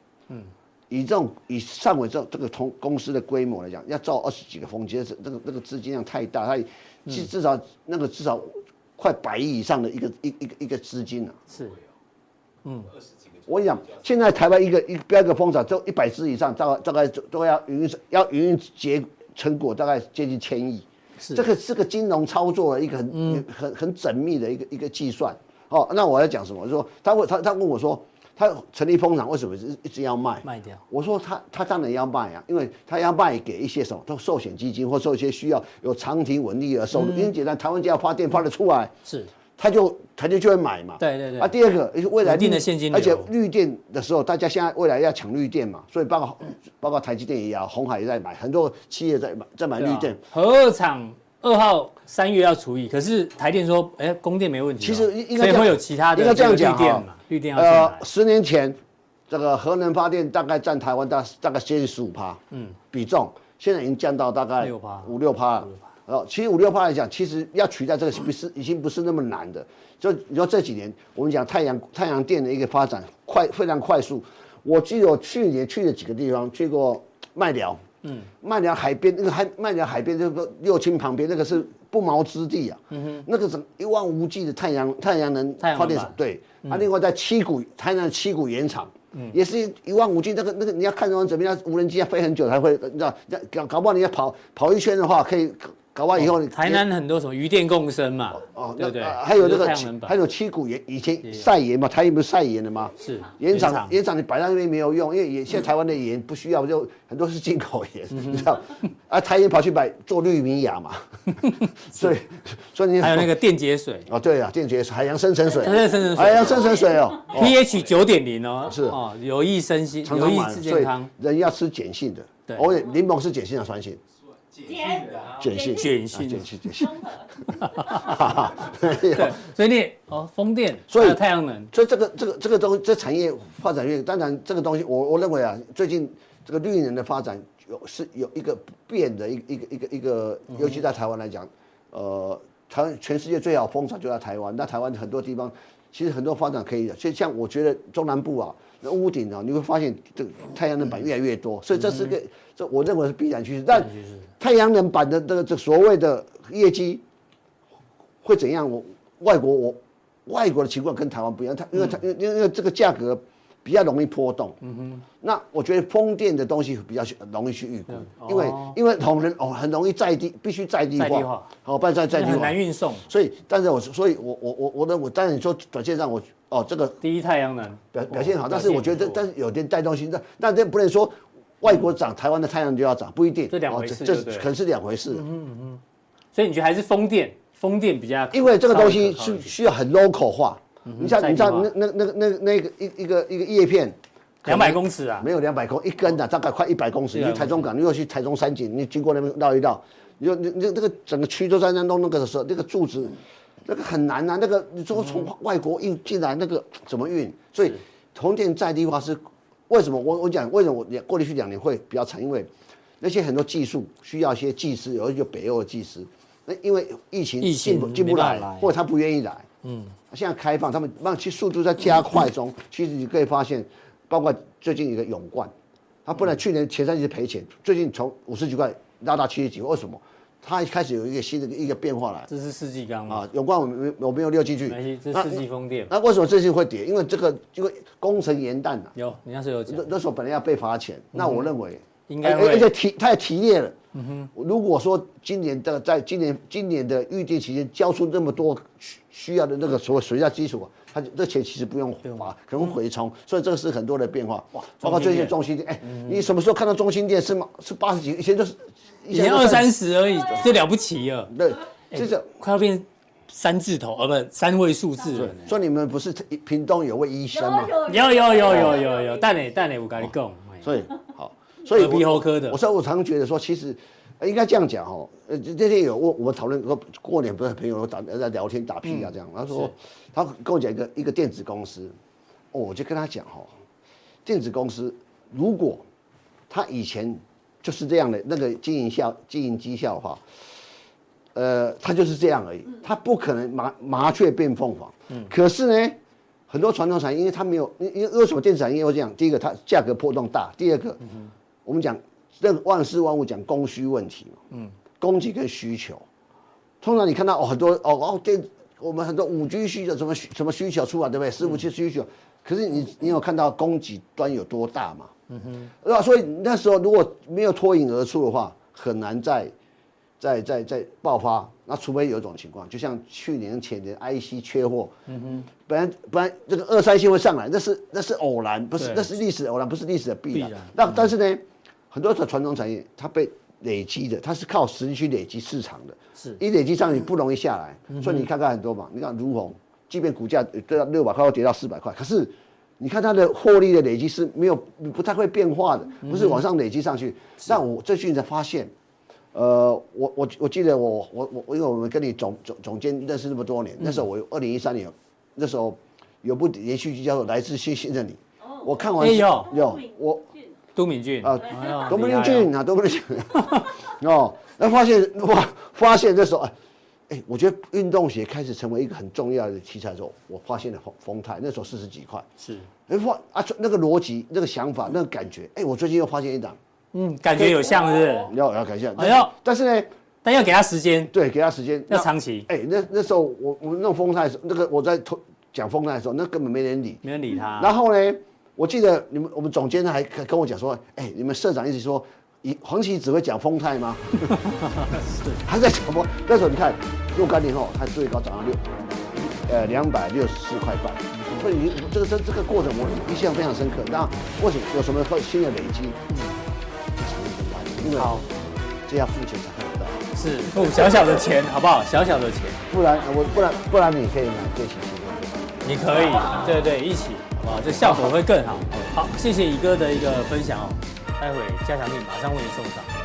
Speaker 3: 以这种以上尾这这个同公司的规模来讲，要造二十几个风机，这这个这个资金量太大，它至至少那个至少快百亿以上的一个一一个一个资金啊。
Speaker 2: 是，
Speaker 3: 我跟你讲，现在台湾一个一标一个风场，就一百只以上，大概大概都都要营运要营运结成果大概接近千亿，
Speaker 2: 是
Speaker 3: 这个是个金融操作的一个很、很很缜密的一个一个计算。哦，那我要讲什么？我说他问他他问我说，他成立风场为什么一一直要卖？
Speaker 2: 卖哦掉，
Speaker 3: 我说他他当然要卖啊，因为他要卖给一些什么，都寿险基金或受一些需要有长期稳定而收入。因为简单，台湾只要发电发得出来，
Speaker 2: 是，
Speaker 3: 他就他就就会买嘛。
Speaker 2: 对对对
Speaker 3: 啊，第二个，也是未来
Speaker 2: 稳定的
Speaker 3: 绿
Speaker 2: 现金流
Speaker 3: 而且绿电的时候，大家现在未来要抢绿电嘛，所以包括包括台积电也要，红海也在买，很多企业在买在买
Speaker 2: 啊
Speaker 3: 绿电。
Speaker 2: 核二厂二号三月要除以，可是台电说，哎，供电没问题哦，
Speaker 3: 其实应应该
Speaker 2: 所以
Speaker 3: 这样
Speaker 2: 会有其他的
Speaker 3: 应该这样
Speaker 2: 这个
Speaker 3: 讲
Speaker 2: 绿电
Speaker 3: 哈
Speaker 2: 嘛，绿电要进
Speaker 3: 呃
Speaker 2: 来，，
Speaker 3: 十年前这个核能发电大概占台湾大大概接近十五趴，嗯，比重现在已经降到大概
Speaker 2: 6%
Speaker 3: 五六趴了。哦，其实五六趴来讲，其实要取代这个不是已经不是那么难的。就你说这几年我们讲太阳太阳电的一个发展快非常快速，我记得我去年去了几个地方，去过麦寮，嗯，麦寮海边那个海麦寮海边那个六轻旁边那个是不毛之地啊，嗯哼，那个整一望无际的太阳太阳能
Speaker 2: 太阳能
Speaker 3: 发电
Speaker 2: 板
Speaker 3: 厂，对，啊，
Speaker 2: 嗯
Speaker 3: 另外在七股台南的七股原厂，也是一望无际。那个那个，你要看完怎么样，无人机要飞很久才会，你知道，搞搞不好你要跑跑一圈的话，可以搞搞完以后你
Speaker 2: 哦台南很多什么鱼电共生嘛，
Speaker 3: 哦，
Speaker 2: 对
Speaker 3: 那
Speaker 2: 不对？
Speaker 3: 啊还有那
Speaker 2: 比
Speaker 3: 个
Speaker 2: 如太阳能
Speaker 3: 还
Speaker 2: 板
Speaker 3: 有七股盐，以前晒盐嘛，台盐不是晒盐的吗？
Speaker 2: 是
Speaker 3: 盐
Speaker 2: 盐场
Speaker 3: 厂盐厂你摆在那边没有用，因为盐现在台湾的盐不需要，就很多是进口盐，
Speaker 2: 嗯
Speaker 3: 你知道？啊，台盐跑去买做绿米 亚嘛， 所以所以你
Speaker 2: 还有那个电解水
Speaker 3: 哦，对啊，电解海洋深层水，
Speaker 2: 海洋深层水
Speaker 3: 海洋深层水哦。哦
Speaker 2: ，pH 九点零哦，
Speaker 3: 是
Speaker 2: 哦，有益身心，
Speaker 3: 常
Speaker 2: 有
Speaker 3: 常
Speaker 2: 益
Speaker 3: 买，
Speaker 2: 智
Speaker 3: 所
Speaker 2: 健
Speaker 3: 以
Speaker 2: 康，
Speaker 3: 人要吃碱性的。
Speaker 2: 对
Speaker 3: 而且柠檬是碱性还是酸性？
Speaker 2: 碱
Speaker 3: 碱性，啊
Speaker 4: 简
Speaker 2: 性
Speaker 3: 碱性，碱性。
Speaker 4: 综合
Speaker 3: 哈哈，没有
Speaker 2: 对，所以你哦，风电，
Speaker 3: 所以
Speaker 2: 还有太阳能，
Speaker 3: 所以这个这个这个东这产业发展越，当然这个东西我我认为啊，最近这个绿能的发展有是有一个不变的一个一个一个一个，尤其在台湾来讲，呃，台湾全世界最好的风场就在台湾，那台湾很多地方其实很多发展可以的，所以像我觉得中南部啊。那屋顶啊，你会发现这个太阳能板越来越多，所以这是个，
Speaker 2: 嗯
Speaker 3: 这我认为是必然趋势。但太阳能板的这个这所谓的业绩，会怎样？我外国我外国的情况跟台湾不一
Speaker 2: 嗯
Speaker 3: 样，它因为它因为因为因为这个价格比较容易波动。嗯哼。那我觉得风电的东西比较去容易去预估，因为因为同人哦很容易在地必须在地
Speaker 2: 嗯在地化
Speaker 3: 化，好，不然在在
Speaker 2: 那
Speaker 3: 地
Speaker 2: 很
Speaker 3: 化
Speaker 2: 难。运送。
Speaker 3: 所以，但是我所以我我我我的我当然你说短线上我哦这个
Speaker 2: 第一太阳能
Speaker 3: 表表现好，
Speaker 2: 哦
Speaker 3: 但是我觉
Speaker 2: 表
Speaker 3: 得
Speaker 2: 现不错
Speaker 3: 但是有点带动性，但但这不能说外国涨台湾的太阳就要涨，不一定。
Speaker 2: 这两
Speaker 3: 哦
Speaker 2: 回事
Speaker 3: 这
Speaker 2: 就对了嗯
Speaker 3: 可能是两回事。
Speaker 2: 所以你觉得还是风电，风电比较，
Speaker 3: 因为这个东西
Speaker 2: 稍微可靠一
Speaker 3: 是
Speaker 2: 点嗯
Speaker 3: 需要很 local 化。你像
Speaker 2: 在
Speaker 3: 你
Speaker 2: 地化
Speaker 3: 像那那那个那个那个一一个一个叶片，可
Speaker 2: 两
Speaker 3: 能
Speaker 2: 百公尺啊，
Speaker 3: 没有两百公一根的、大概快一百公尺。你去台中港，如果去台中山景，你经过那边绕一绕，你就你你那个整个区都在那弄那个的时候，那个柱子，那个很难啊。那个你说从外国运进来，那个怎么运？所以同电在地化是为什么？我我讲为什么我两过去两年会比较惨，因为那些很多技术需要一些技师，有一些北欧的技师，那因为疫情
Speaker 2: 疫情
Speaker 3: 进不进不
Speaker 2: 没办
Speaker 3: 来
Speaker 2: 法来，
Speaker 3: 或者他不愿意来。嗯，现在开放，他们让其速度在加 快中。其实你可以发现，包括最近一个永冠，他本来去年前三季是赔钱，最近从五十几块拉到七十几，为什么？他开始有一个新的一个变化来
Speaker 2: 这是世纪钢嘛，
Speaker 3: 啊。永冠我没我没有溜进去
Speaker 2: 嗯没关系，，这
Speaker 3: 那
Speaker 2: 是世纪风电，
Speaker 3: 那为什么最近会跌？因为这个因为工程延宕啊了。
Speaker 2: 有你那时候有讲
Speaker 3: 那，那时候本来要被罚钱，那我认为
Speaker 2: 嗯应该
Speaker 3: 而而
Speaker 2: 会嗯
Speaker 3: 而且提他也提列了。如果说今年的在今年今年的预定期间交出那么多需需要的那个所谓水下基础，啊他就这钱其实不用花，可能回
Speaker 2: 嗯
Speaker 3: 冲，所以这个是很多的变化。哇，包括最近中心店，哎，你什么时候看到中心店是吗？是八十几，以前就是以
Speaker 2: 以前
Speaker 3: 都
Speaker 2: 二
Speaker 3: 算
Speaker 2: 三十哎而已，这了不起了，
Speaker 3: 对，就是
Speaker 2: 快要变三字头，呃，不，三位数字了。
Speaker 3: 说你们不是屏东有位医生吗？
Speaker 4: 有
Speaker 2: 有有有有有有，但你但你我跟你讲，
Speaker 3: 所以好，所以
Speaker 2: 耳鼻
Speaker 3: 我
Speaker 2: 喉科的
Speaker 3: 我，说我常觉得说，其实呃应该这样讲哦。呃，这这天有我我们讨论过过年，不是朋友打在聊天打屁啊这样，他说他跟我讲一个一个电子公司，哦，我就跟他讲哦，电子公司如果他以前就是这样的那个经营效经营绩效的话，呃，他就是这样而已，他不可能麻麻雀变凤凰。可是呢，很多传统产业，因为它没有，因因为为什么电子产业会这样？第一个，它价格波动大；第二个，我们讲这个万事万物讲供需问题嘛，嗯，供给跟需求。通常你看到哦很多哦哦电，我们很多五 G 需求什么需什么需求出来，对不对？四五 G 需求，可是你你有看到供给端有多大嘛？嗯哼，对吧？所以那时候如果没有脱颖而出的话，很难在在在在爆发。那除非有一种情况，就像去年前年 IC 缺货，嗯哼，本来本来这个二三线会上来，那是那是偶然，不是
Speaker 2: 对
Speaker 3: 那是历史偶然，不是历史的必然
Speaker 2: 必然。
Speaker 3: 那但是呢，很多的传统产业它被累积的，它是靠实力去累积市场的，
Speaker 2: 是嗯
Speaker 3: 一累积上你不容易下来。所以你看看很多嘛，你看如虹，即便股价呃跌到六百块或跌到四百块，可是你看它的获利的累积是没有不太会变化
Speaker 2: 嗯
Speaker 3: 的，不是往上累积上去。但我最近才发现。呃，我我我记得我我我，因为我们跟你总总总监认识那么多
Speaker 2: 嗯
Speaker 3: 年，那时候我二零一三年有，那时候有部连续剧叫做《来自星星的你》，我看完
Speaker 2: 哎呦
Speaker 3: 有我
Speaker 2: 都敏俊
Speaker 3: 啊
Speaker 2: 哎呦
Speaker 3: 多么
Speaker 2: 厉害
Speaker 3: 英
Speaker 2: 哦
Speaker 3: 俊啊，多么英俊！ 哦，那发现 哇，发现这时候，哎，哎，我觉得运动鞋开始成为一个很重要的题材的时候，我发现了风风态，那时候四十几块，
Speaker 2: 是，
Speaker 3: 哎，发啊，那个逻辑、那个想法、那个感觉，哎，我最近又发现一档，
Speaker 2: 嗯，感觉有像是不是，
Speaker 3: 你要要感谢，
Speaker 2: 哎呦
Speaker 3: 但是呢，
Speaker 2: 但要给他时间，
Speaker 3: 对，给他时间，
Speaker 2: 要
Speaker 3: 那
Speaker 2: 长期，
Speaker 3: 哎、那那时候我我们弄风扇的时候，那个我在投讲风扇的时候，那根本没人理。
Speaker 2: 没人理他。
Speaker 3: 然后呢，我记得你们我们总监还跟跟我讲说，哎、你们社长一直说，以黄奇只会讲风态吗？ 还在讲风。那时候你看，若干年后，它最高涨到六，呃，两百六十四块半。所以你这个这这个过程我印象非常深刻。那为什么有什么会新的累积？因为
Speaker 2: 好
Speaker 3: 这要付钱才看得到，
Speaker 2: 是付小小的钱，好不好？小小的钱，
Speaker 3: 不然呃我不然不然你可以买最新的。
Speaker 2: 你可以，对对，一起，好不好？这效果会更好。好，谢谢乙哥的一个分享哦，待会加强力马上为你送上。